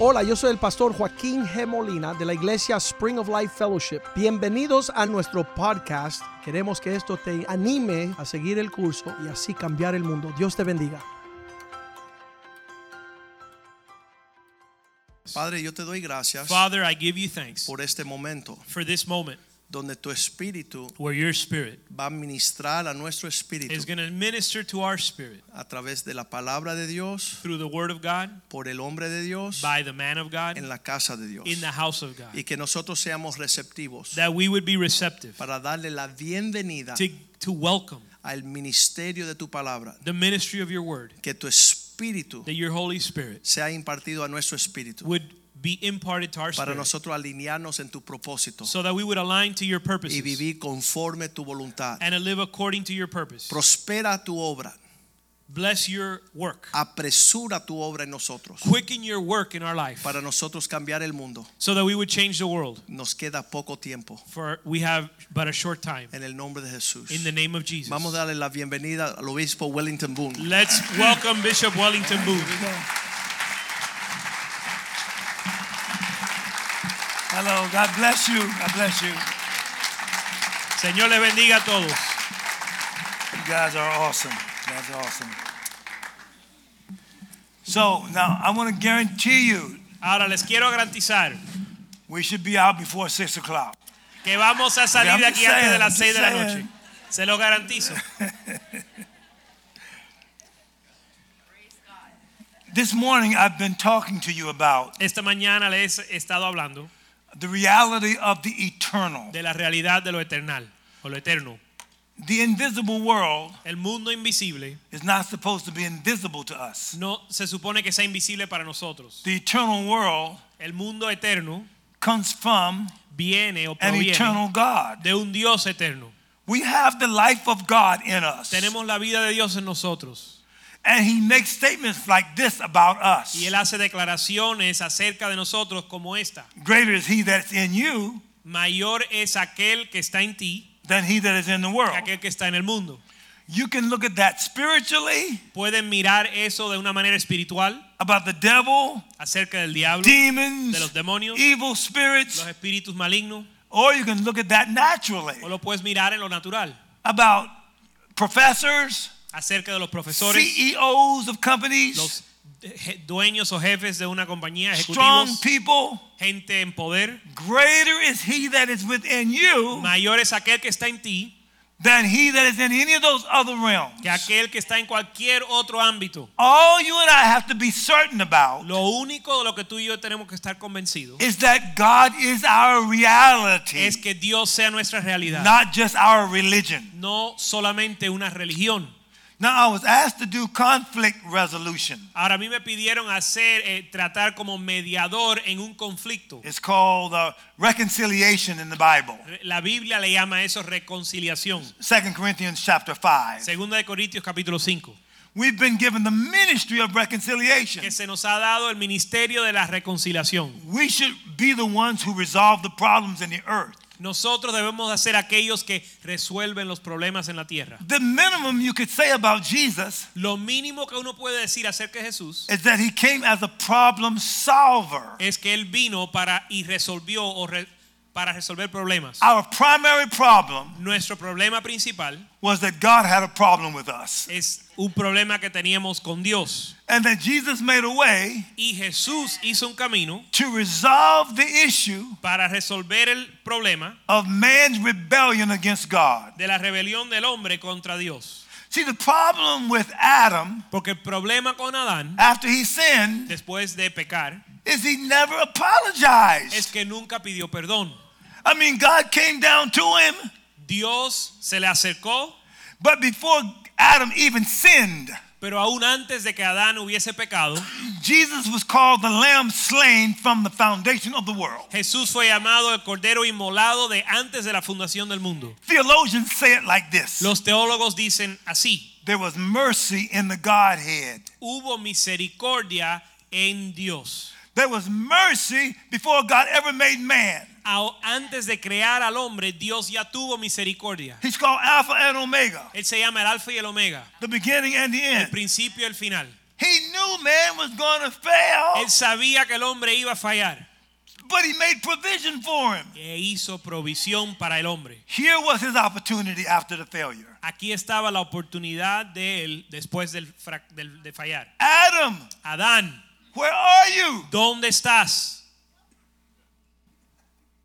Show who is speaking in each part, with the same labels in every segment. Speaker 1: Hola, yo soy el pastor Joaquín G. Molina de la iglesia Spring of Life Fellowship. Bienvenidos a nuestro podcast. Queremos que esto te anime a seguir el curso y así cambiar el mundo. Dios te bendiga.
Speaker 2: Padre, yo te doy gracias
Speaker 3: Father, I give you thanks
Speaker 2: por este momento
Speaker 3: for this moment
Speaker 2: donde tu espíritu
Speaker 3: where your spirit
Speaker 2: va a ministrar a nuestro
Speaker 3: is
Speaker 2: espíritu
Speaker 3: going to minister to our spirit
Speaker 2: a través de la palabra de Dios,
Speaker 3: through the word of God,
Speaker 2: por el hombre de Dios,
Speaker 3: by the man of God,
Speaker 2: en la casa de Dios.
Speaker 3: in the house of God.
Speaker 2: Y que nosotros seamos receptivos
Speaker 3: That we would be receptive
Speaker 2: para darle la bienvenida
Speaker 3: to, to welcome
Speaker 2: al ministerio de tu palabra.
Speaker 3: the ministry of your word,
Speaker 2: Que tu espíritu
Speaker 3: that your Holy Spirit
Speaker 2: sea impartido a nuestro espíritu
Speaker 3: would be imparted to our
Speaker 2: para
Speaker 3: spirit
Speaker 2: nosotros alinearnos en tu propósito
Speaker 3: so that we would align to your
Speaker 2: y
Speaker 3: purposes
Speaker 2: vivir conforme tu voluntad.
Speaker 3: and to live according to your purpose.
Speaker 2: Prospera tu obra,
Speaker 3: Bless your work.
Speaker 2: apresura tu obra en nosotros.
Speaker 3: Quicken your work in our life
Speaker 2: Para nosotros cambiar el mundo
Speaker 3: so that we would change the world.
Speaker 2: nos queda poco tiempo.
Speaker 3: For we have but a short time.
Speaker 2: En el nombre de Jesús.
Speaker 3: In the name of Jesus.
Speaker 2: Vamos a darle la bienvenida al obispo Wellington Boone.
Speaker 3: Let's welcome Bishop Wellington Booth.
Speaker 4: Hello, God bless you. God bless you.
Speaker 3: Señor les bendiga a todos.
Speaker 4: You guys are awesome. You guys are awesome. So now I want to guarantee you
Speaker 3: Ahora les quiero garantizar
Speaker 4: we should be out before six o'clock.
Speaker 3: que vamos a salir
Speaker 4: Okay, I'm
Speaker 3: de aquí
Speaker 4: just
Speaker 3: antes de
Speaker 4: saying,
Speaker 3: las
Speaker 4: I'm
Speaker 3: 6 de la
Speaker 4: just
Speaker 3: noche.
Speaker 4: saying.
Speaker 3: Se lo garantizo.
Speaker 4: This morning I've been talking to you about
Speaker 3: Esta mañana les he estado hablando
Speaker 4: the reality of the eternal.
Speaker 3: de la realidad de lo eternal o lo eterno.
Speaker 4: The invisible world
Speaker 3: El mundo invisible
Speaker 4: is not supposed to be invisible to us.
Speaker 3: no se supone que sea invisible para nosotros.
Speaker 4: The eternal world
Speaker 3: El mundo eterno
Speaker 4: comes from
Speaker 3: viene o
Speaker 4: an
Speaker 3: proviene
Speaker 4: eternal God.
Speaker 3: de un Dios eterno.
Speaker 4: We have the life of God in us.
Speaker 3: Tenemos la vida de Dios en nosotros.
Speaker 4: And he makes statements like this about us.
Speaker 3: Y Él hace declaraciones acerca de nosotros como esta.
Speaker 4: Greater is he that's in you
Speaker 3: Mayor es aquel que está en ti
Speaker 4: than he that is in the world.
Speaker 3: que aquel que está en el mundo.
Speaker 4: You can look at that spiritually
Speaker 3: Pueden mirar eso de una manera espiritual
Speaker 4: about the devil,
Speaker 3: acerca del diablo,
Speaker 4: demons,
Speaker 3: de los demonios,
Speaker 4: evil
Speaker 3: los
Speaker 4: spirits,
Speaker 3: espíritus malignos,
Speaker 4: or you can look at that naturally
Speaker 3: o lo puedes mirar en lo natural,
Speaker 4: about professors,
Speaker 3: acerca de los profesores,
Speaker 4: CEOs of companies,
Speaker 3: los eh, je- dueños o jefes de una compañía,
Speaker 4: strong
Speaker 3: ejecutivos,
Speaker 4: people.
Speaker 3: gente en poder.
Speaker 4: Greater is he that is within you
Speaker 3: Mayor es aquel que está en ti
Speaker 4: than he that is in any of those other realms.
Speaker 3: que aquel que está en cualquier otro ámbito.
Speaker 4: All you and I have to be certain about
Speaker 3: Lo único de lo que tú y yo tenemos que estar convencidos
Speaker 4: is that God is our reality,
Speaker 3: es que Dios sea nuestra realidad.
Speaker 4: not just our religion.
Speaker 3: no solamente una religión.
Speaker 4: Now I was asked to do conflict resolution.
Speaker 3: Ahora a mí me pidieron hacer eh, tratar como mediador en un conflicto.
Speaker 4: It's called uh, reconciliation in the Bible.
Speaker 3: La Biblia le llama eso reconciliación.
Speaker 4: 2 Corinthians chapter 5.
Speaker 3: Segunda de Corintios capítulo 5.
Speaker 4: We've been given the ministry of reconciliation.
Speaker 3: Que se nos ha dado el ministerio de la reconciliación.
Speaker 4: We should be the ones who resolve the problems in the earth.
Speaker 3: Nosotros debemos de ser aquellos que resuelven los problemas en la tierra.
Speaker 4: The minimum you could say about Jesus
Speaker 3: Lo mínimo que uno puede decir acerca de Jesús
Speaker 4: is that he came as a problem solver.
Speaker 3: es que él vino para y resolvió o re- para resolver problemas.
Speaker 4: Our primary problem
Speaker 3: Nuestro problema principal
Speaker 4: was that God had a problem with us
Speaker 3: es un problema que teníamos con Dios.
Speaker 4: and that Jesus made a way
Speaker 3: Y Jesús hizo un camino
Speaker 4: to resolve the issue
Speaker 3: para resolver el problema
Speaker 4: of man's rebellion against God.
Speaker 3: de la rebelión del hombre contra Dios.
Speaker 4: See, the problem with Adam
Speaker 3: Porque el problema con Adán,
Speaker 4: after he sinned
Speaker 3: después de pecar,
Speaker 4: is he never
Speaker 3: es
Speaker 4: apologized.
Speaker 3: que nunca pidió perdón.
Speaker 4: I mean, God came down to him,
Speaker 3: Dios se le acercó,
Speaker 4: but before Adam even sinned,
Speaker 3: pero aún antes de que Adán hubiese pecado,
Speaker 4: Jesus was called the lamb slain from the foundation of the world.
Speaker 3: Jesús fue llamado el Cordero Inmolado de antes de la fundación del mundo.
Speaker 4: Theologians say it like this
Speaker 3: Los teólogos dicen así,
Speaker 4: there was mercy in the Godhead,
Speaker 3: hubo misericordia en Dios.
Speaker 4: there was mercy before God ever made man.
Speaker 3: Ao- Antes de crear al hombre, Dios ya tuvo misericordia.
Speaker 4: He's called Alpha and Omega,
Speaker 3: Él se llama el Alfa y el Omega,
Speaker 4: the beginning and the
Speaker 3: el
Speaker 4: end.
Speaker 3: principio y el final.
Speaker 4: He knew man was was going to fail,
Speaker 3: Él sabía que el hombre iba a fallar.
Speaker 4: but he made provision for him.
Speaker 3: E hizo provisión para el hombre.
Speaker 4: Here was his opportunity after the failure.
Speaker 3: Aquí estaba la oportunidad de él después del, frac- del- de fallar.
Speaker 4: Adam,
Speaker 3: Adán,
Speaker 4: where are you?
Speaker 3: ¿dónde estás?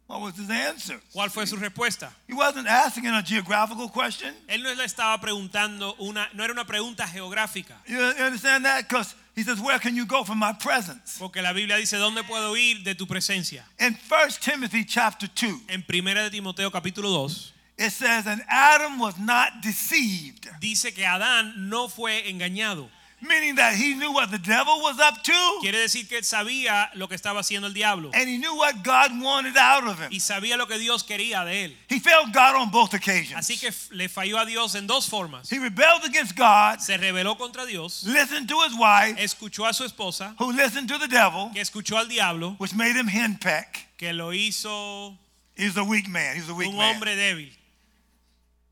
Speaker 4: What was his answer?
Speaker 3: ¿Cuál fue su respuesta?
Speaker 4: He wasn't asking a geographical question.
Speaker 3: Él no le estaba preguntando una, no era una pregunta geográfica,
Speaker 4: You you understand that? Because he says, Where can you go from my presence?
Speaker 3: porque la Biblia dice, ¿dónde puedo ir de tu presencia?
Speaker 4: In 1 Timothy chapter 2,
Speaker 3: En 1 de Timoteo capítulo 2
Speaker 4: it says, And Adam was not deceived,
Speaker 3: dice que Adán no fue engañado.
Speaker 4: meaning that he knew what the devil was up to,
Speaker 3: Quiere decir que él sabía lo que estaba haciendo el diablo
Speaker 4: and he knew what God wanted out of him.
Speaker 3: y sabía lo que Dios quería de él.
Speaker 4: He failed God on both occasions.
Speaker 3: Así que f- le falló a Dios en dos formas.
Speaker 4: He rebelled against God,
Speaker 3: Se rebeló contra Dios,
Speaker 4: listened to his wife,
Speaker 3: escuchó a su esposa,
Speaker 4: who listened to the devil,
Speaker 3: que escuchó al diablo,
Speaker 4: which made him henpeck.
Speaker 3: que lo hizo
Speaker 4: He's a weak man. He's a weak
Speaker 3: un
Speaker 4: man.
Speaker 3: hombre débil.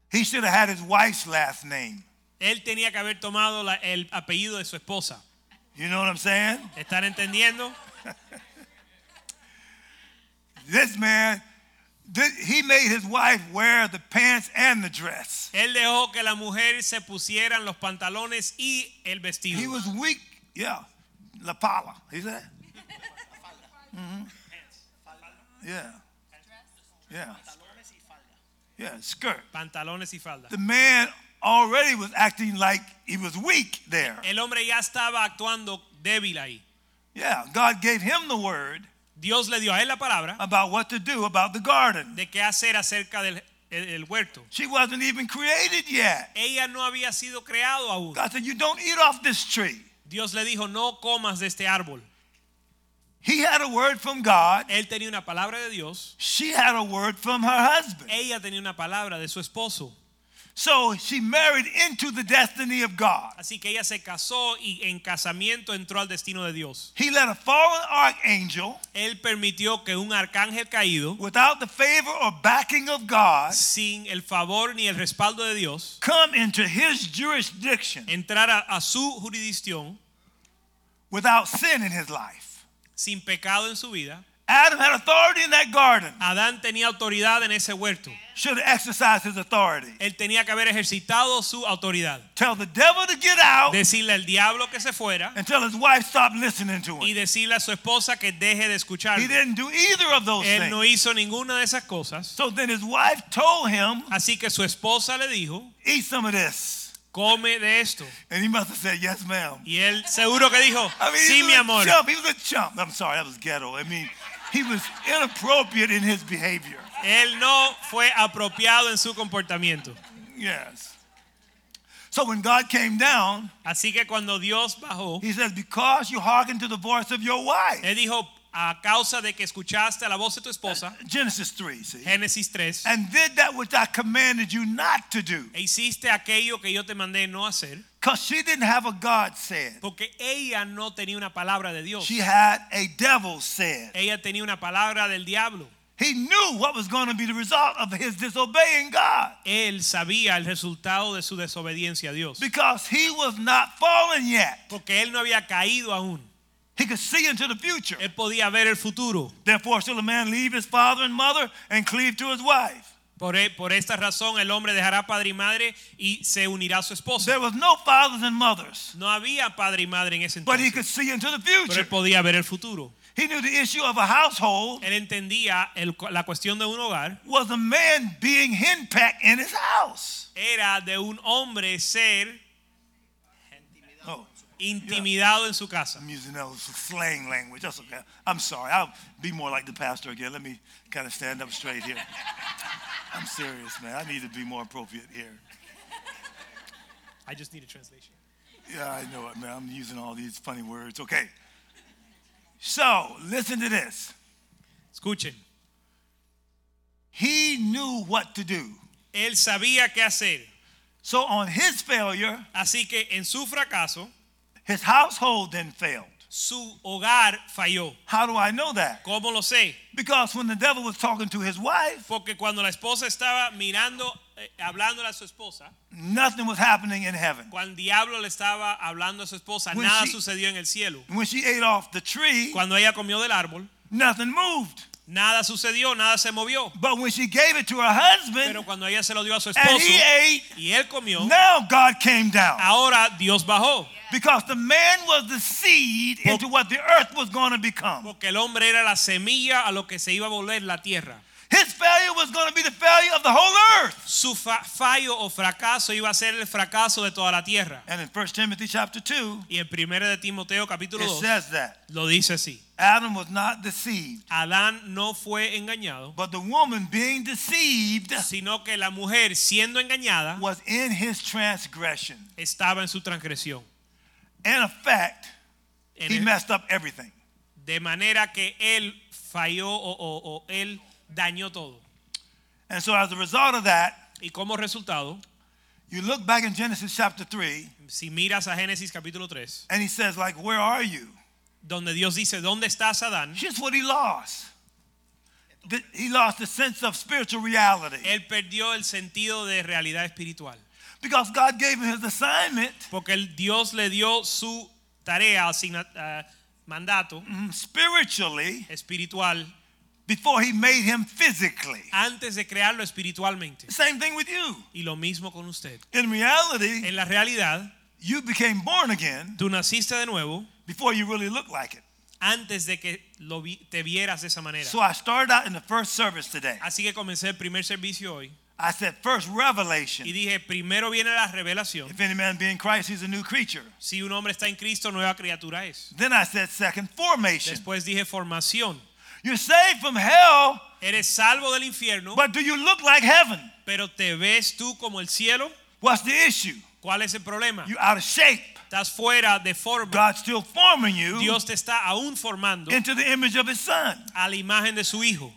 Speaker 4: He should have had his wife's last name.
Speaker 3: Él tenía que haber tomado la- el apellido de su esposa.
Speaker 4: You know what I'm saying?
Speaker 3: ¿Están entendiendo?
Speaker 4: This man, th- he made his wife wear the pants and the dress.
Speaker 3: Él dejó que la mujer se pusieran los pantalones y el
Speaker 4: He
Speaker 3: vestido.
Speaker 4: was weak. Yeah, La Pala. He said. hmm Yeah. Yeah. Yeah, skirt.
Speaker 3: Pantalones y falda.
Speaker 4: The man already was acting like he was weak there.
Speaker 3: El hombre ya estaba actuando débil ahí.
Speaker 4: Yeah, God gave him the word
Speaker 3: Dios le dio a él la palabra
Speaker 4: about what to do about the garden.
Speaker 3: de qué hacer acerca del el- el huerto.
Speaker 4: She wasn't even created yet.
Speaker 3: Ella no había sido creado aún.
Speaker 4: God said, You don't eat off this tree.
Speaker 3: Dios le dijo, no comas de este árbol.
Speaker 4: He had a word from God.
Speaker 3: Él tenía una palabra de Dios.
Speaker 4: She had a word from her husband.
Speaker 3: Ella tenía una palabra de su esposo.
Speaker 4: So she married into the destiny of God.
Speaker 3: Así que ella se casó y en casamiento entró al destino de Dios.
Speaker 4: He let a fallen archangel,
Speaker 3: Él permitió que un arcángel caído,
Speaker 4: without the favor or backing of God,
Speaker 3: sin el favor ni el respaldo de Dios,
Speaker 4: come into his jurisdiction
Speaker 3: entrara a su jurisdicción
Speaker 4: without sin in his life.
Speaker 3: sin pecado en su vida.
Speaker 4: Adam had authority in that garden,
Speaker 3: Adán tenía autoridad en ese huerto.
Speaker 4: should have exercised his authority.
Speaker 3: Él tenía que haber ejercitado su autoridad.
Speaker 4: Tell the devil to get out
Speaker 3: Decirle al diablo que se fuera
Speaker 4: until his wife stopped listening to
Speaker 3: y
Speaker 4: him.
Speaker 3: decirle a su esposa que deje de escucharlo.
Speaker 4: He didn't do either of those
Speaker 3: Él no
Speaker 4: things.
Speaker 3: hizo ninguna de esas cosas.
Speaker 4: So then his wife told him,
Speaker 3: Así que su esposa le dijo,
Speaker 4: Eat some of this.
Speaker 3: come de esto.
Speaker 4: And he must have said, Yes, ma'am.
Speaker 3: Y él seguro que dijo,
Speaker 4: I mean, he
Speaker 3: sí,
Speaker 4: was
Speaker 3: mi
Speaker 4: a
Speaker 3: amor.
Speaker 4: chump. He was a chump. I'm sorry, that was ghetto. I mean, he was inappropriate in his behavior.
Speaker 3: Él no fue apropiado en su comportamiento.
Speaker 4: Yes. So when God came down,
Speaker 3: Así que cuando Dios bajó,
Speaker 4: he says, Because you hearken to the voice of your wife.
Speaker 3: él dijo, a causa de que escuchaste a la voz de tu esposa,
Speaker 4: Genesis 3, see?
Speaker 3: Génesis 3,
Speaker 4: And did that which I commanded you not to do.
Speaker 3: e hiciste aquello que yo te mandé no hacer,
Speaker 4: Because she didn't have a God said,
Speaker 3: porque ella no tenía una palabra de Dios.
Speaker 4: she had a devil said.
Speaker 3: Ella tenía una palabra del diablo.
Speaker 4: He knew what was going to be the result of his disobeying God
Speaker 3: Él sabía el resultado de su desobediencia a Dios,
Speaker 4: because he was not fallen yet.
Speaker 3: porque él no había caído aún.
Speaker 4: He could see into the future.
Speaker 3: Él podía ver el futuro.
Speaker 4: Therefore, shall a man leave his father and mother and cleave to his wife.
Speaker 3: Por, e- por esta razón el hombre dejará padre y madre y se unirá a su esposa.
Speaker 4: There was no fathers and mothers,
Speaker 3: No había padre y madre en ese
Speaker 4: but he
Speaker 3: entonces,
Speaker 4: could see into the
Speaker 3: pero él
Speaker 4: future.
Speaker 3: podía ver el futuro.
Speaker 4: He knew the issue of a household
Speaker 3: Él entendía el cu- la cuestión de un hogar
Speaker 4: was a man being henpecked in his house.
Speaker 3: era de un hombre ser
Speaker 4: Oh,
Speaker 3: intimidado en su casa.
Speaker 4: I'm using those slang language. That's okay. I'm sorry. I'll be more like the pastor again. Let me kind of stand up straight here. I'm serious, man. I need to be more appropriate here.
Speaker 3: I just need a translation.
Speaker 4: Yeah, I know it, man. I'm using all these funny words. Okay. So, listen to this.
Speaker 3: Escuchen,
Speaker 4: He knew what to do.
Speaker 3: él sabía qué hacer,
Speaker 4: So on his failure,
Speaker 3: así que en su fracaso
Speaker 4: his household then failed.
Speaker 3: su hogar falló.
Speaker 4: How do I know that?
Speaker 3: ¿Cómo lo sé?
Speaker 4: Because when the devil was talking to his wife,
Speaker 3: Porque cuando la esposa estaba mirando eh, hablándole a su esposa,
Speaker 4: Nothing was happening in heaven.
Speaker 3: cuando el diablo le estaba hablando a su esposa,
Speaker 4: When
Speaker 3: nada
Speaker 4: she-
Speaker 3: sucedió en el cielo.
Speaker 4: When she ate off the tree,
Speaker 3: Cuando ella comió del árbol,
Speaker 4: nothing moved.
Speaker 3: nada sucedió, nada se movió.
Speaker 4: But when she gave it to her husband
Speaker 3: Pero cuando ella se lo dio a su
Speaker 4: and
Speaker 3: esposo
Speaker 4: he ate,
Speaker 3: y él comió,
Speaker 4: now God came down.
Speaker 3: ahora Dios bajó.
Speaker 4: Because the man was the seed
Speaker 3: Po-
Speaker 4: into what the earth was going to become.
Speaker 3: Porque el hombre era la semilla a lo que se iba a volver la tierra.
Speaker 4: His failure was going to be the failure of the whole earth.
Speaker 3: Su fa- fallo o fracaso iba a ser el fracaso de toda la tierra.
Speaker 4: And in 1 Timothy chapter 2,
Speaker 3: Y el primero de Timoteo capítulo
Speaker 4: it
Speaker 3: 2
Speaker 4: says that
Speaker 3: lo dice así.
Speaker 4: Adam was not deceived,
Speaker 3: Adán no fue engañado,
Speaker 4: but the woman being deceived
Speaker 3: sino que la mujer siendo engañada
Speaker 4: was in his transgression.
Speaker 3: estaba en su transgresión.
Speaker 4: In effect,
Speaker 3: En
Speaker 4: he
Speaker 3: el-
Speaker 4: messed up everything.
Speaker 3: de manera que él falló o, o- o él dañó todo.
Speaker 4: And so as a result of that,
Speaker 3: Y como resultado,
Speaker 4: you look back in Genesis chapter 3,
Speaker 3: si miras a Génesis capítulo 3,
Speaker 4: and he says, like, where are you?
Speaker 3: donde Dios dice, ¿dónde estás Adán?
Speaker 4: Here's what he lost. The- he lost the sense of spiritual reality.
Speaker 3: Él perdió el sentido de realidad espiritual.
Speaker 4: Because God gave him his assignment,
Speaker 3: Porque el Dios le dio su tarea, asigna- ah, mandato
Speaker 4: mm, spiritually
Speaker 3: espiritual
Speaker 4: before he made him physically.
Speaker 3: antes de crearlo espiritualmente.
Speaker 4: Same thing with you.
Speaker 3: Y lo mismo con usted.
Speaker 4: In reality,
Speaker 3: En la realidad,
Speaker 4: you became born again
Speaker 3: tú naciste de nuevo
Speaker 4: before you really looked like it.
Speaker 3: antes de que lo vi- te vieras de esa manera.
Speaker 4: So I started out in the first service today.
Speaker 3: Así que comencé el primer servicio hoy
Speaker 4: I said, first
Speaker 3: y
Speaker 4: revelation.
Speaker 3: dije, primero viene la revelación.
Speaker 4: If any man be in Christ, he's a new creature.
Speaker 3: Si un hombre está en Cristo, nueva criatura es.
Speaker 4: Then I said, second formation.
Speaker 3: Después dije formación.
Speaker 4: You're saved from hell,
Speaker 3: Eres salvo del infierno,
Speaker 4: but do you look like heaven?
Speaker 3: pero te ves tú como el cielo.
Speaker 4: What's the issue?
Speaker 3: ¿Cuál es el problema?
Speaker 4: You're out of shape.
Speaker 3: Estás fuera de forma.
Speaker 4: God's still forming you
Speaker 3: Dios te está aún formando
Speaker 4: into the image of his son.
Speaker 3: a la imagen de su hijo.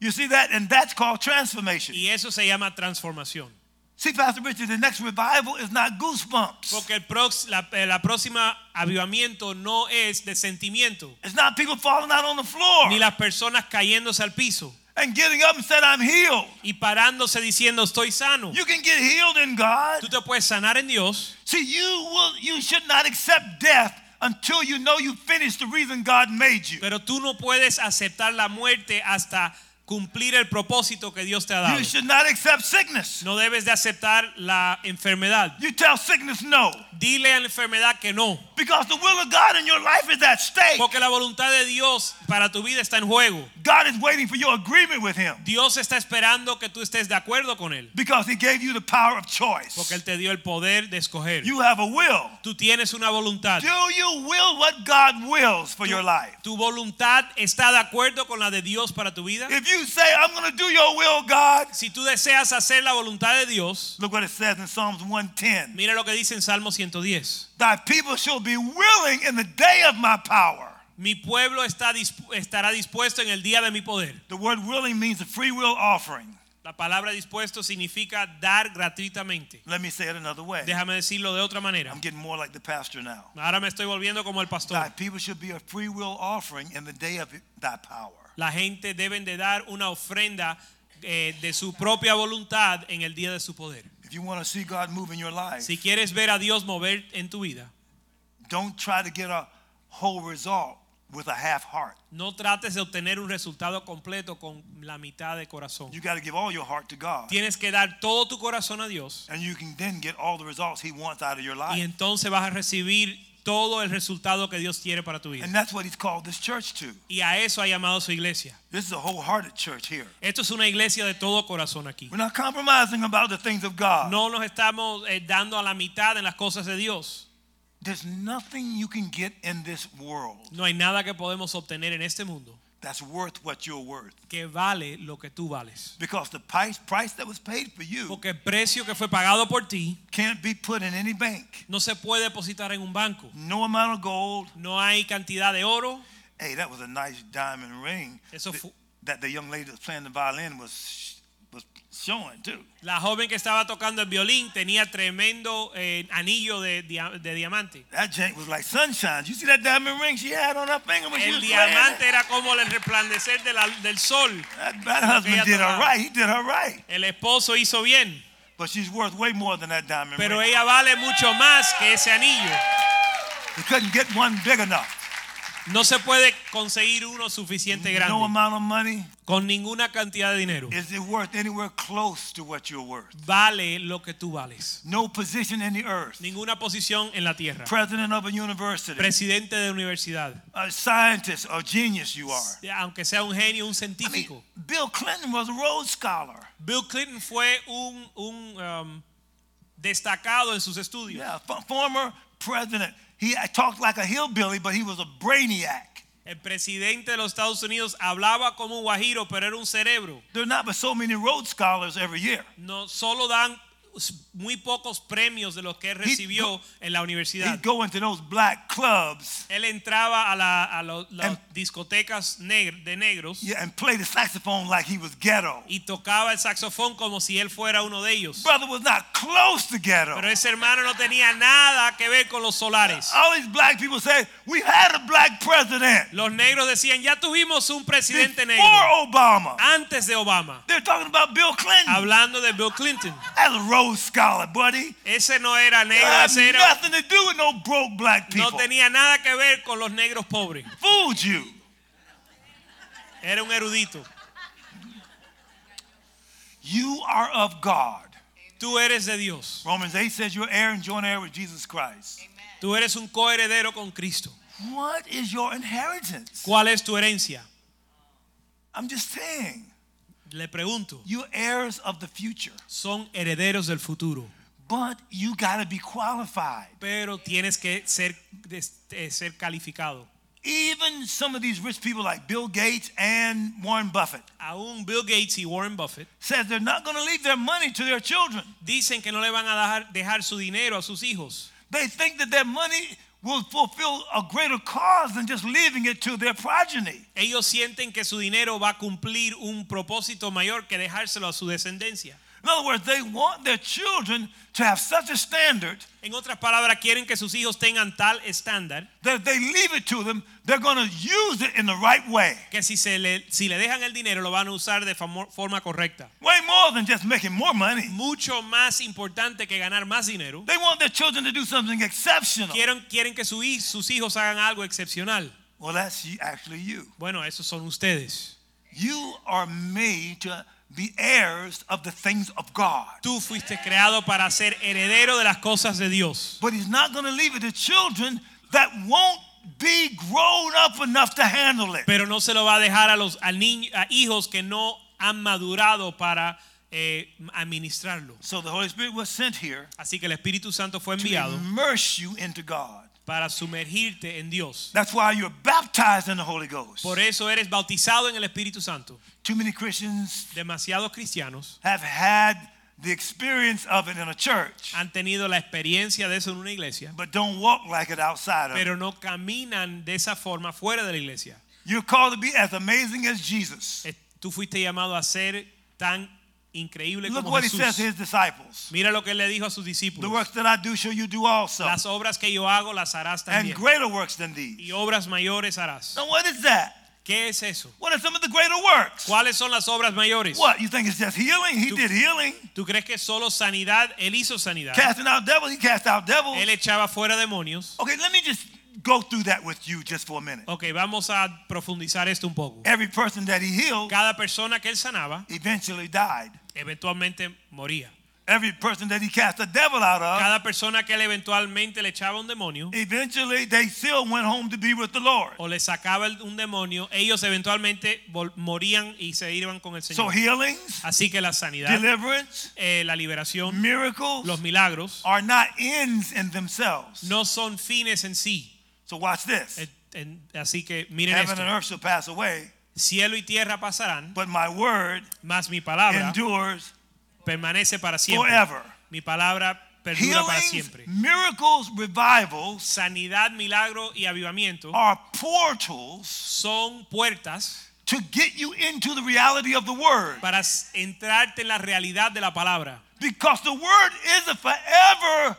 Speaker 4: You see that? And that's called transformation.
Speaker 3: Y eso se llama transformación.
Speaker 4: See, Pastor Richard, the next revival is not goosebumps.
Speaker 3: Porque el prox- la, eh, la próxima avivamiento no es de sentimiento,
Speaker 4: It's not people falling out on the floor
Speaker 3: ni las personas cayéndose al piso
Speaker 4: and getting up and said, I'm healed.
Speaker 3: y parándose diciendo estoy sano.
Speaker 4: You can get healed in God.
Speaker 3: Tú te puedes sanar en Dios.
Speaker 4: See, you will you should not accept death until you know you finished the reason God made you.
Speaker 3: Pero tú no puedes aceptar la muerte hasta cumplir el propósito que Dios te ha dado.
Speaker 4: You should not accept sickness.
Speaker 3: No debes de aceptar la enfermedad.
Speaker 4: You tell sickness no.
Speaker 3: Dile a la enfermedad que no,
Speaker 4: Because the will of God in your life is at stake.
Speaker 3: porque la voluntad de Dios para tu vida está en juego.
Speaker 4: God is waiting for your agreement with him.
Speaker 3: Dios está esperando que tú estés de acuerdo con Él,
Speaker 4: Because he gave you the power of
Speaker 3: porque Él
Speaker 4: choice.
Speaker 3: te dio el poder de escoger.
Speaker 4: You have a will.
Speaker 3: Tú tienes una voluntad.
Speaker 4: Do you will what God wills for your life?
Speaker 3: Tu voluntad está de acuerdo con la de Dios para tu vida.
Speaker 4: If you say, I'm going to do your will, God,
Speaker 3: Si tú deseas hacer la voluntad de Dios,
Speaker 4: look what it says in Psalms 110.
Speaker 3: mira lo que dice en Salmo 110.
Speaker 4: Thy people shall be willing in the day of my power.
Speaker 3: Mi pueblo está dispu- estará dispuesto en el día de mi poder.
Speaker 4: The word willing means a free will offering.
Speaker 3: La palabra dispuesto significa dar gratuitamente.
Speaker 4: Let me say it another way.
Speaker 3: Déjame decirlo de otra manera.
Speaker 4: I'm getting more like the pastor now.
Speaker 3: Ahora me estoy volviendo como el
Speaker 4: Thy
Speaker 3: pastor.
Speaker 4: people should be a free will offering in the day of thy power.
Speaker 3: La gente deben de dar una ofrenda eh, de su propia voluntad en el día de su poder.
Speaker 4: If you want to see God move in your life,
Speaker 3: Si quieres ver a Dios mover en tu vida,
Speaker 4: don't try to get a whole result with a half heart.
Speaker 3: no trates de obtener un resultado completo con la mitad de corazón.
Speaker 4: You got to give all your heart to God.
Speaker 3: Tienes que dar todo tu corazón a Dios
Speaker 4: And you can then get all the results he wants out of your
Speaker 3: y
Speaker 4: life.
Speaker 3: entonces vas a recibir todo el resultado que Dios quiere para tu vida.
Speaker 4: And that's what he's called this church to.
Speaker 3: Y a eso ha llamado su iglesia.
Speaker 4: This is a wholehearted church here.
Speaker 3: Esto es una iglesia de todo corazón aquí.
Speaker 4: We're not compromising about the things of God.
Speaker 3: No nos estamos eh, dando a la mitad en las cosas de Dios.
Speaker 4: There's nothing you can get in this world
Speaker 3: No hay nada que podemos obtener en este mundo
Speaker 4: that's worth what you're worth.
Speaker 3: que vale lo que tú vales.
Speaker 4: Because the price, price that was paid for you
Speaker 3: Porque el precio que fue pagado por ti
Speaker 4: can't be put in any bank.
Speaker 3: no se puede depositar en un banco.
Speaker 4: No amount of gold.
Speaker 3: No hay cantidad de oro.
Speaker 4: Hey, that was a nice diamond ring
Speaker 3: Eso
Speaker 4: that,
Speaker 3: fu-
Speaker 4: that the young lady that's playing the violin was was showing too.
Speaker 3: La joven que estaba tocando el violín tenía tremendo eh, anillo de, dia- de diamante.
Speaker 4: That jank was like sunshine. You see that diamond ring she had on her finger when she
Speaker 3: El
Speaker 4: was playing?
Speaker 3: diamante era como el resplandecer de la- del sol.
Speaker 4: That bad husband did her right. He did her right.
Speaker 3: El esposo hizo bien,
Speaker 4: But she's worth way more than that diamond
Speaker 3: pero
Speaker 4: ring.
Speaker 3: ella vale mucho más que ese anillo.
Speaker 4: He couldn't get one big enough.
Speaker 3: No se puede conseguir uno suficiente
Speaker 4: No
Speaker 3: grande
Speaker 4: amount of money
Speaker 3: con ninguna cantidad de dinero.
Speaker 4: is it worth anywhere close to what you're worth.
Speaker 3: Vale lo que tú vales.
Speaker 4: No position in the earth.
Speaker 3: Ninguna posición en la tierra.
Speaker 4: President of a university,
Speaker 3: Presidente de universidad,
Speaker 4: a scientist or genius you are.
Speaker 3: aunque sea un genio, un
Speaker 4: I mean,
Speaker 3: científico.
Speaker 4: Bill Clinton was a Rhodes Scholar.
Speaker 3: Bill Clinton fue un, un, um, destacado en sus estudios.
Speaker 4: Yeah, fo- former president. He talked like a hillbilly, but he was a brainiac.
Speaker 3: El presidente de los Estados Unidos hablaba como un guajiro, pero era un cerebro.
Speaker 4: There are not but so many Rhodes Scholars every year.
Speaker 3: No solo dan muy pocos premios de los que él recibió en la universidad.
Speaker 4: He'd go into those black clubs
Speaker 3: Él entraba a, la- a lo- las
Speaker 4: And-
Speaker 3: discotecas neg- de negros
Speaker 4: Em- yeah, and play the saxophone like he was ghetto.
Speaker 3: y tocaba el saxofón como si él fuera uno de ellos.
Speaker 4: Brother was not close to ghetto.
Speaker 3: Pero ese hermano no tenía nada que ver con los solares.
Speaker 4: All these black people say, we had a black president
Speaker 3: Los negros decían, ya tuvimos un presidente
Speaker 4: before
Speaker 3: negro
Speaker 4: Obama.
Speaker 3: antes de Obama.
Speaker 4: They're talking about Bill Clinton.
Speaker 3: Hablando de Bill Clinton.
Speaker 4: That's a Rhodes Scholar, buddy.
Speaker 3: Ese no era negro,
Speaker 4: That
Speaker 3: ese
Speaker 4: had
Speaker 3: era,
Speaker 4: nothing to do with no broke black
Speaker 3: no
Speaker 4: Ah, people.
Speaker 3: tenía nada que ver con los negros pobres.
Speaker 4: Fooled you.
Speaker 3: Era un erudito.
Speaker 4: You are of God.
Speaker 3: Tú eres de Dios.
Speaker 4: Romans 8 says you're heir and joint heir with Jesus Christ.
Speaker 3: Tú eres un coheredero con Cristo.
Speaker 4: What is your inheritance?
Speaker 3: ¿Cuál es tu herencia?
Speaker 4: I'm just saying,
Speaker 3: Le pregunto.
Speaker 4: you're heirs of the future,
Speaker 3: Son herederos del futuro.
Speaker 4: but you got to be qualified.
Speaker 3: Pero tienes que ser, des- eh, ser calificado.
Speaker 4: Even some of these rich people like Bill Gates and Warren Buffett
Speaker 3: Aún Bill Gates y Warren Buffett
Speaker 4: says they're not going to leave their money to their children.
Speaker 3: dicen que no le van a dejar, dejar su dinero a sus hijos.
Speaker 4: They think that their money will fulfill a greater cause than just leaving it to their progeny.
Speaker 3: Ellos sienten que su dinero va a cumplir un propósito mayor que dejárselo a su descendencia.
Speaker 4: In other words, they want their children to have such a standard
Speaker 3: En otras palabras, quieren que sus hijos tengan tal estándar
Speaker 4: that if they leave it to them, they're going to use it in the right way.
Speaker 3: que si, se le, si le dejan el dinero lo van a usar de famo- forma correcta.
Speaker 4: Way more than just making more money.
Speaker 3: Mucho más importante que ganar más dinero,
Speaker 4: They want their children to do something exceptional.
Speaker 3: quieren, quieren que su hij- sus hijos hagan algo excepcional.
Speaker 4: Well, that's you- actually you.
Speaker 3: Bueno, esos son ustedes.
Speaker 4: You are made to be heirs of the things of God.
Speaker 3: Tú fuiste creado para ser heredero de las cosas de Dios.
Speaker 4: But He's not going to leave it to children that won't be grown up enough to handle it.
Speaker 3: Pero no se lo va a dejar a los a niñ- a hijos que no han madurado para eh, administrarlo.
Speaker 4: So the Holy Spirit was sent here
Speaker 3: Así que el Espíritu Santo fue
Speaker 4: to
Speaker 3: enviado
Speaker 4: immerse you into God.
Speaker 3: para sumergirte en Dios.
Speaker 4: That's why you're baptized in the Holy Ghost.
Speaker 3: Por e- eso eres bautizado en el Espíritu Santo.
Speaker 4: Too many Christians
Speaker 3: Demasiados cristianos
Speaker 4: have had the experience of it in a church,
Speaker 3: han tenido la experiencia de eso en una iglesia,
Speaker 4: but don't walk like it outside of it.
Speaker 3: pero no caminan de esa forma fuera de la iglesia.
Speaker 4: You're called to be as amazing as Jesus.
Speaker 3: Eh, Tú fuiste llamado a ser tan increíble
Speaker 4: Look
Speaker 3: como
Speaker 4: what he says to
Speaker 3: Jesús.
Speaker 4: his disciples.
Speaker 3: Mira lo que él le dijo a sus
Speaker 4: The
Speaker 3: discípulos.
Speaker 4: works that I do shall you do also,
Speaker 3: Las obras que yo hago las harás
Speaker 4: and
Speaker 3: también.
Speaker 4: greater works than these.
Speaker 3: Y obras mayores harás.
Speaker 4: Now, what is that?
Speaker 3: ¿Qué es eso?
Speaker 4: What are some of the greater works?
Speaker 3: ¿Cuáles son las obras mayores?
Speaker 4: What? You think it's just healing? He
Speaker 3: Tú-
Speaker 4: did healing.
Speaker 3: ¿Tú crees que solo sanidad? Él hizo sanidad.
Speaker 4: Casting out devils, he cast out devils.
Speaker 3: Él echaba fuera demonios.
Speaker 4: Okay, let me just go through that with you just for a minute.
Speaker 3: Ok, vamos a profundizar esto un poco.
Speaker 4: Every person that he healed
Speaker 3: Cada persona que él sanaba
Speaker 4: eventually died.
Speaker 3: eventualmente moría.
Speaker 4: Every person that he cast a devil out of
Speaker 3: Cada persona que él eventualmente le echaba un demonio
Speaker 4: Eventually, they still went home to be with the Lord.
Speaker 3: o le sacaba el- un demonio, ellos eventualmente vol- morían y se iban con el
Speaker 4: So,
Speaker 3: Señor.
Speaker 4: healings,
Speaker 3: Así que la sanidad,
Speaker 4: deliverance,
Speaker 3: eh, la liberación, los
Speaker 4: miracles
Speaker 3: milagros
Speaker 4: are not ends in themselves.
Speaker 3: no son fines en sí.
Speaker 4: So, watch this
Speaker 3: Eh, en- Así que miren
Speaker 4: heaven and
Speaker 3: esto.
Speaker 4: earth shall pass away,
Speaker 3: Cielo y tierra pasarán,
Speaker 4: but my word
Speaker 3: mas mi palabra
Speaker 4: endures
Speaker 3: permanece para Ah, siempre.
Speaker 4: forever.
Speaker 3: Mi palabra perdura para
Speaker 4: Healings,
Speaker 3: siempre.
Speaker 4: miracles, revivals Oh.
Speaker 3: Sanidad, milagro y avivamiento
Speaker 4: are portals
Speaker 3: son puertas
Speaker 4: to get you into the reality of the word.
Speaker 3: para s- entrarte en la realidad de la palabra.
Speaker 4: Because the word is a forever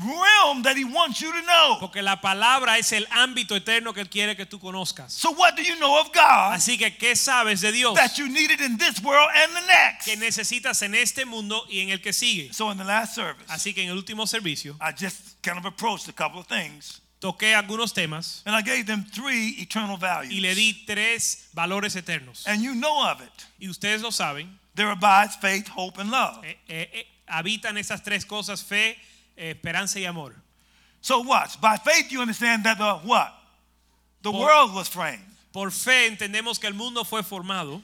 Speaker 4: realm that he wants you to know.
Speaker 3: Porque la palabra es el ámbito eterno que Él quiere que tú conozcas.
Speaker 4: So what do you know of God
Speaker 3: Así que, ¿qué sabes de Dios?
Speaker 4: that you needed in this world and the
Speaker 3: Que
Speaker 4: next?
Speaker 3: necesitas en este mundo y en el que sigue.
Speaker 4: So in the last service,
Speaker 3: Así que en el último servicio
Speaker 4: I just kind of approached a couple of things
Speaker 3: toqué algunos temas
Speaker 4: and I gave them three eternal
Speaker 3: y le
Speaker 4: values.
Speaker 3: di tres valores eternos.
Speaker 4: And you know of it.
Speaker 3: Y ustedes lo saben,
Speaker 4: There abides faith, hope, and love.
Speaker 3: eh, eh, eh, habitan esas tres cosas, fe, eh, esperanza y amor.
Speaker 4: So watch. By faith you understand that the what? The
Speaker 3: Por-
Speaker 4: world was framed.
Speaker 3: Por fe entendemos que el mundo fue formado,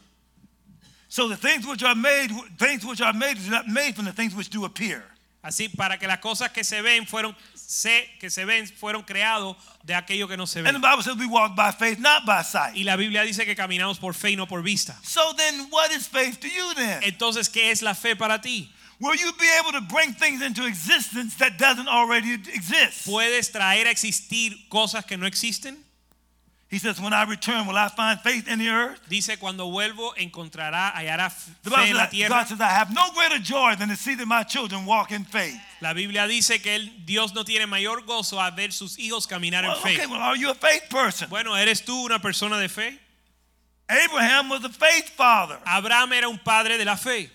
Speaker 4: So the things which are made, things which are made is not made from the things which do appear.
Speaker 3: así para que las cosas que se ven fueron se, que se ven fueron creados de aquello que no se ve.
Speaker 4: And the Bible says we walk by faith, not by sight.
Speaker 3: Y la Biblia dice que caminamos por fe y no por vista.
Speaker 4: So then, what is faith to you then?
Speaker 3: Entonces, ¿qué es la fe para ti?
Speaker 4: Will you be able to bring things into existence that doesn't already exist?
Speaker 3: ¿Puedes traer a existir cosas que no existen?
Speaker 4: He says, When I return, will I find faith in the earth?
Speaker 3: Dice, cuando vuelvo encontrará, hallará
Speaker 4: The
Speaker 3: fe en
Speaker 4: Bible
Speaker 3: la
Speaker 4: says, God
Speaker 3: tierra.
Speaker 4: says, I have no greater joy than to see that my children walk in faith.
Speaker 3: La Biblia dice que él- Dios no tiene mayor gozo a ver sus hijos caminar en
Speaker 4: Well,
Speaker 3: fe.
Speaker 4: okay, well, are you a faith person?
Speaker 3: Bueno, ¿eres tú una persona de fe?
Speaker 4: Abraham was a faith father.
Speaker 3: Abraham era un padre de la fe.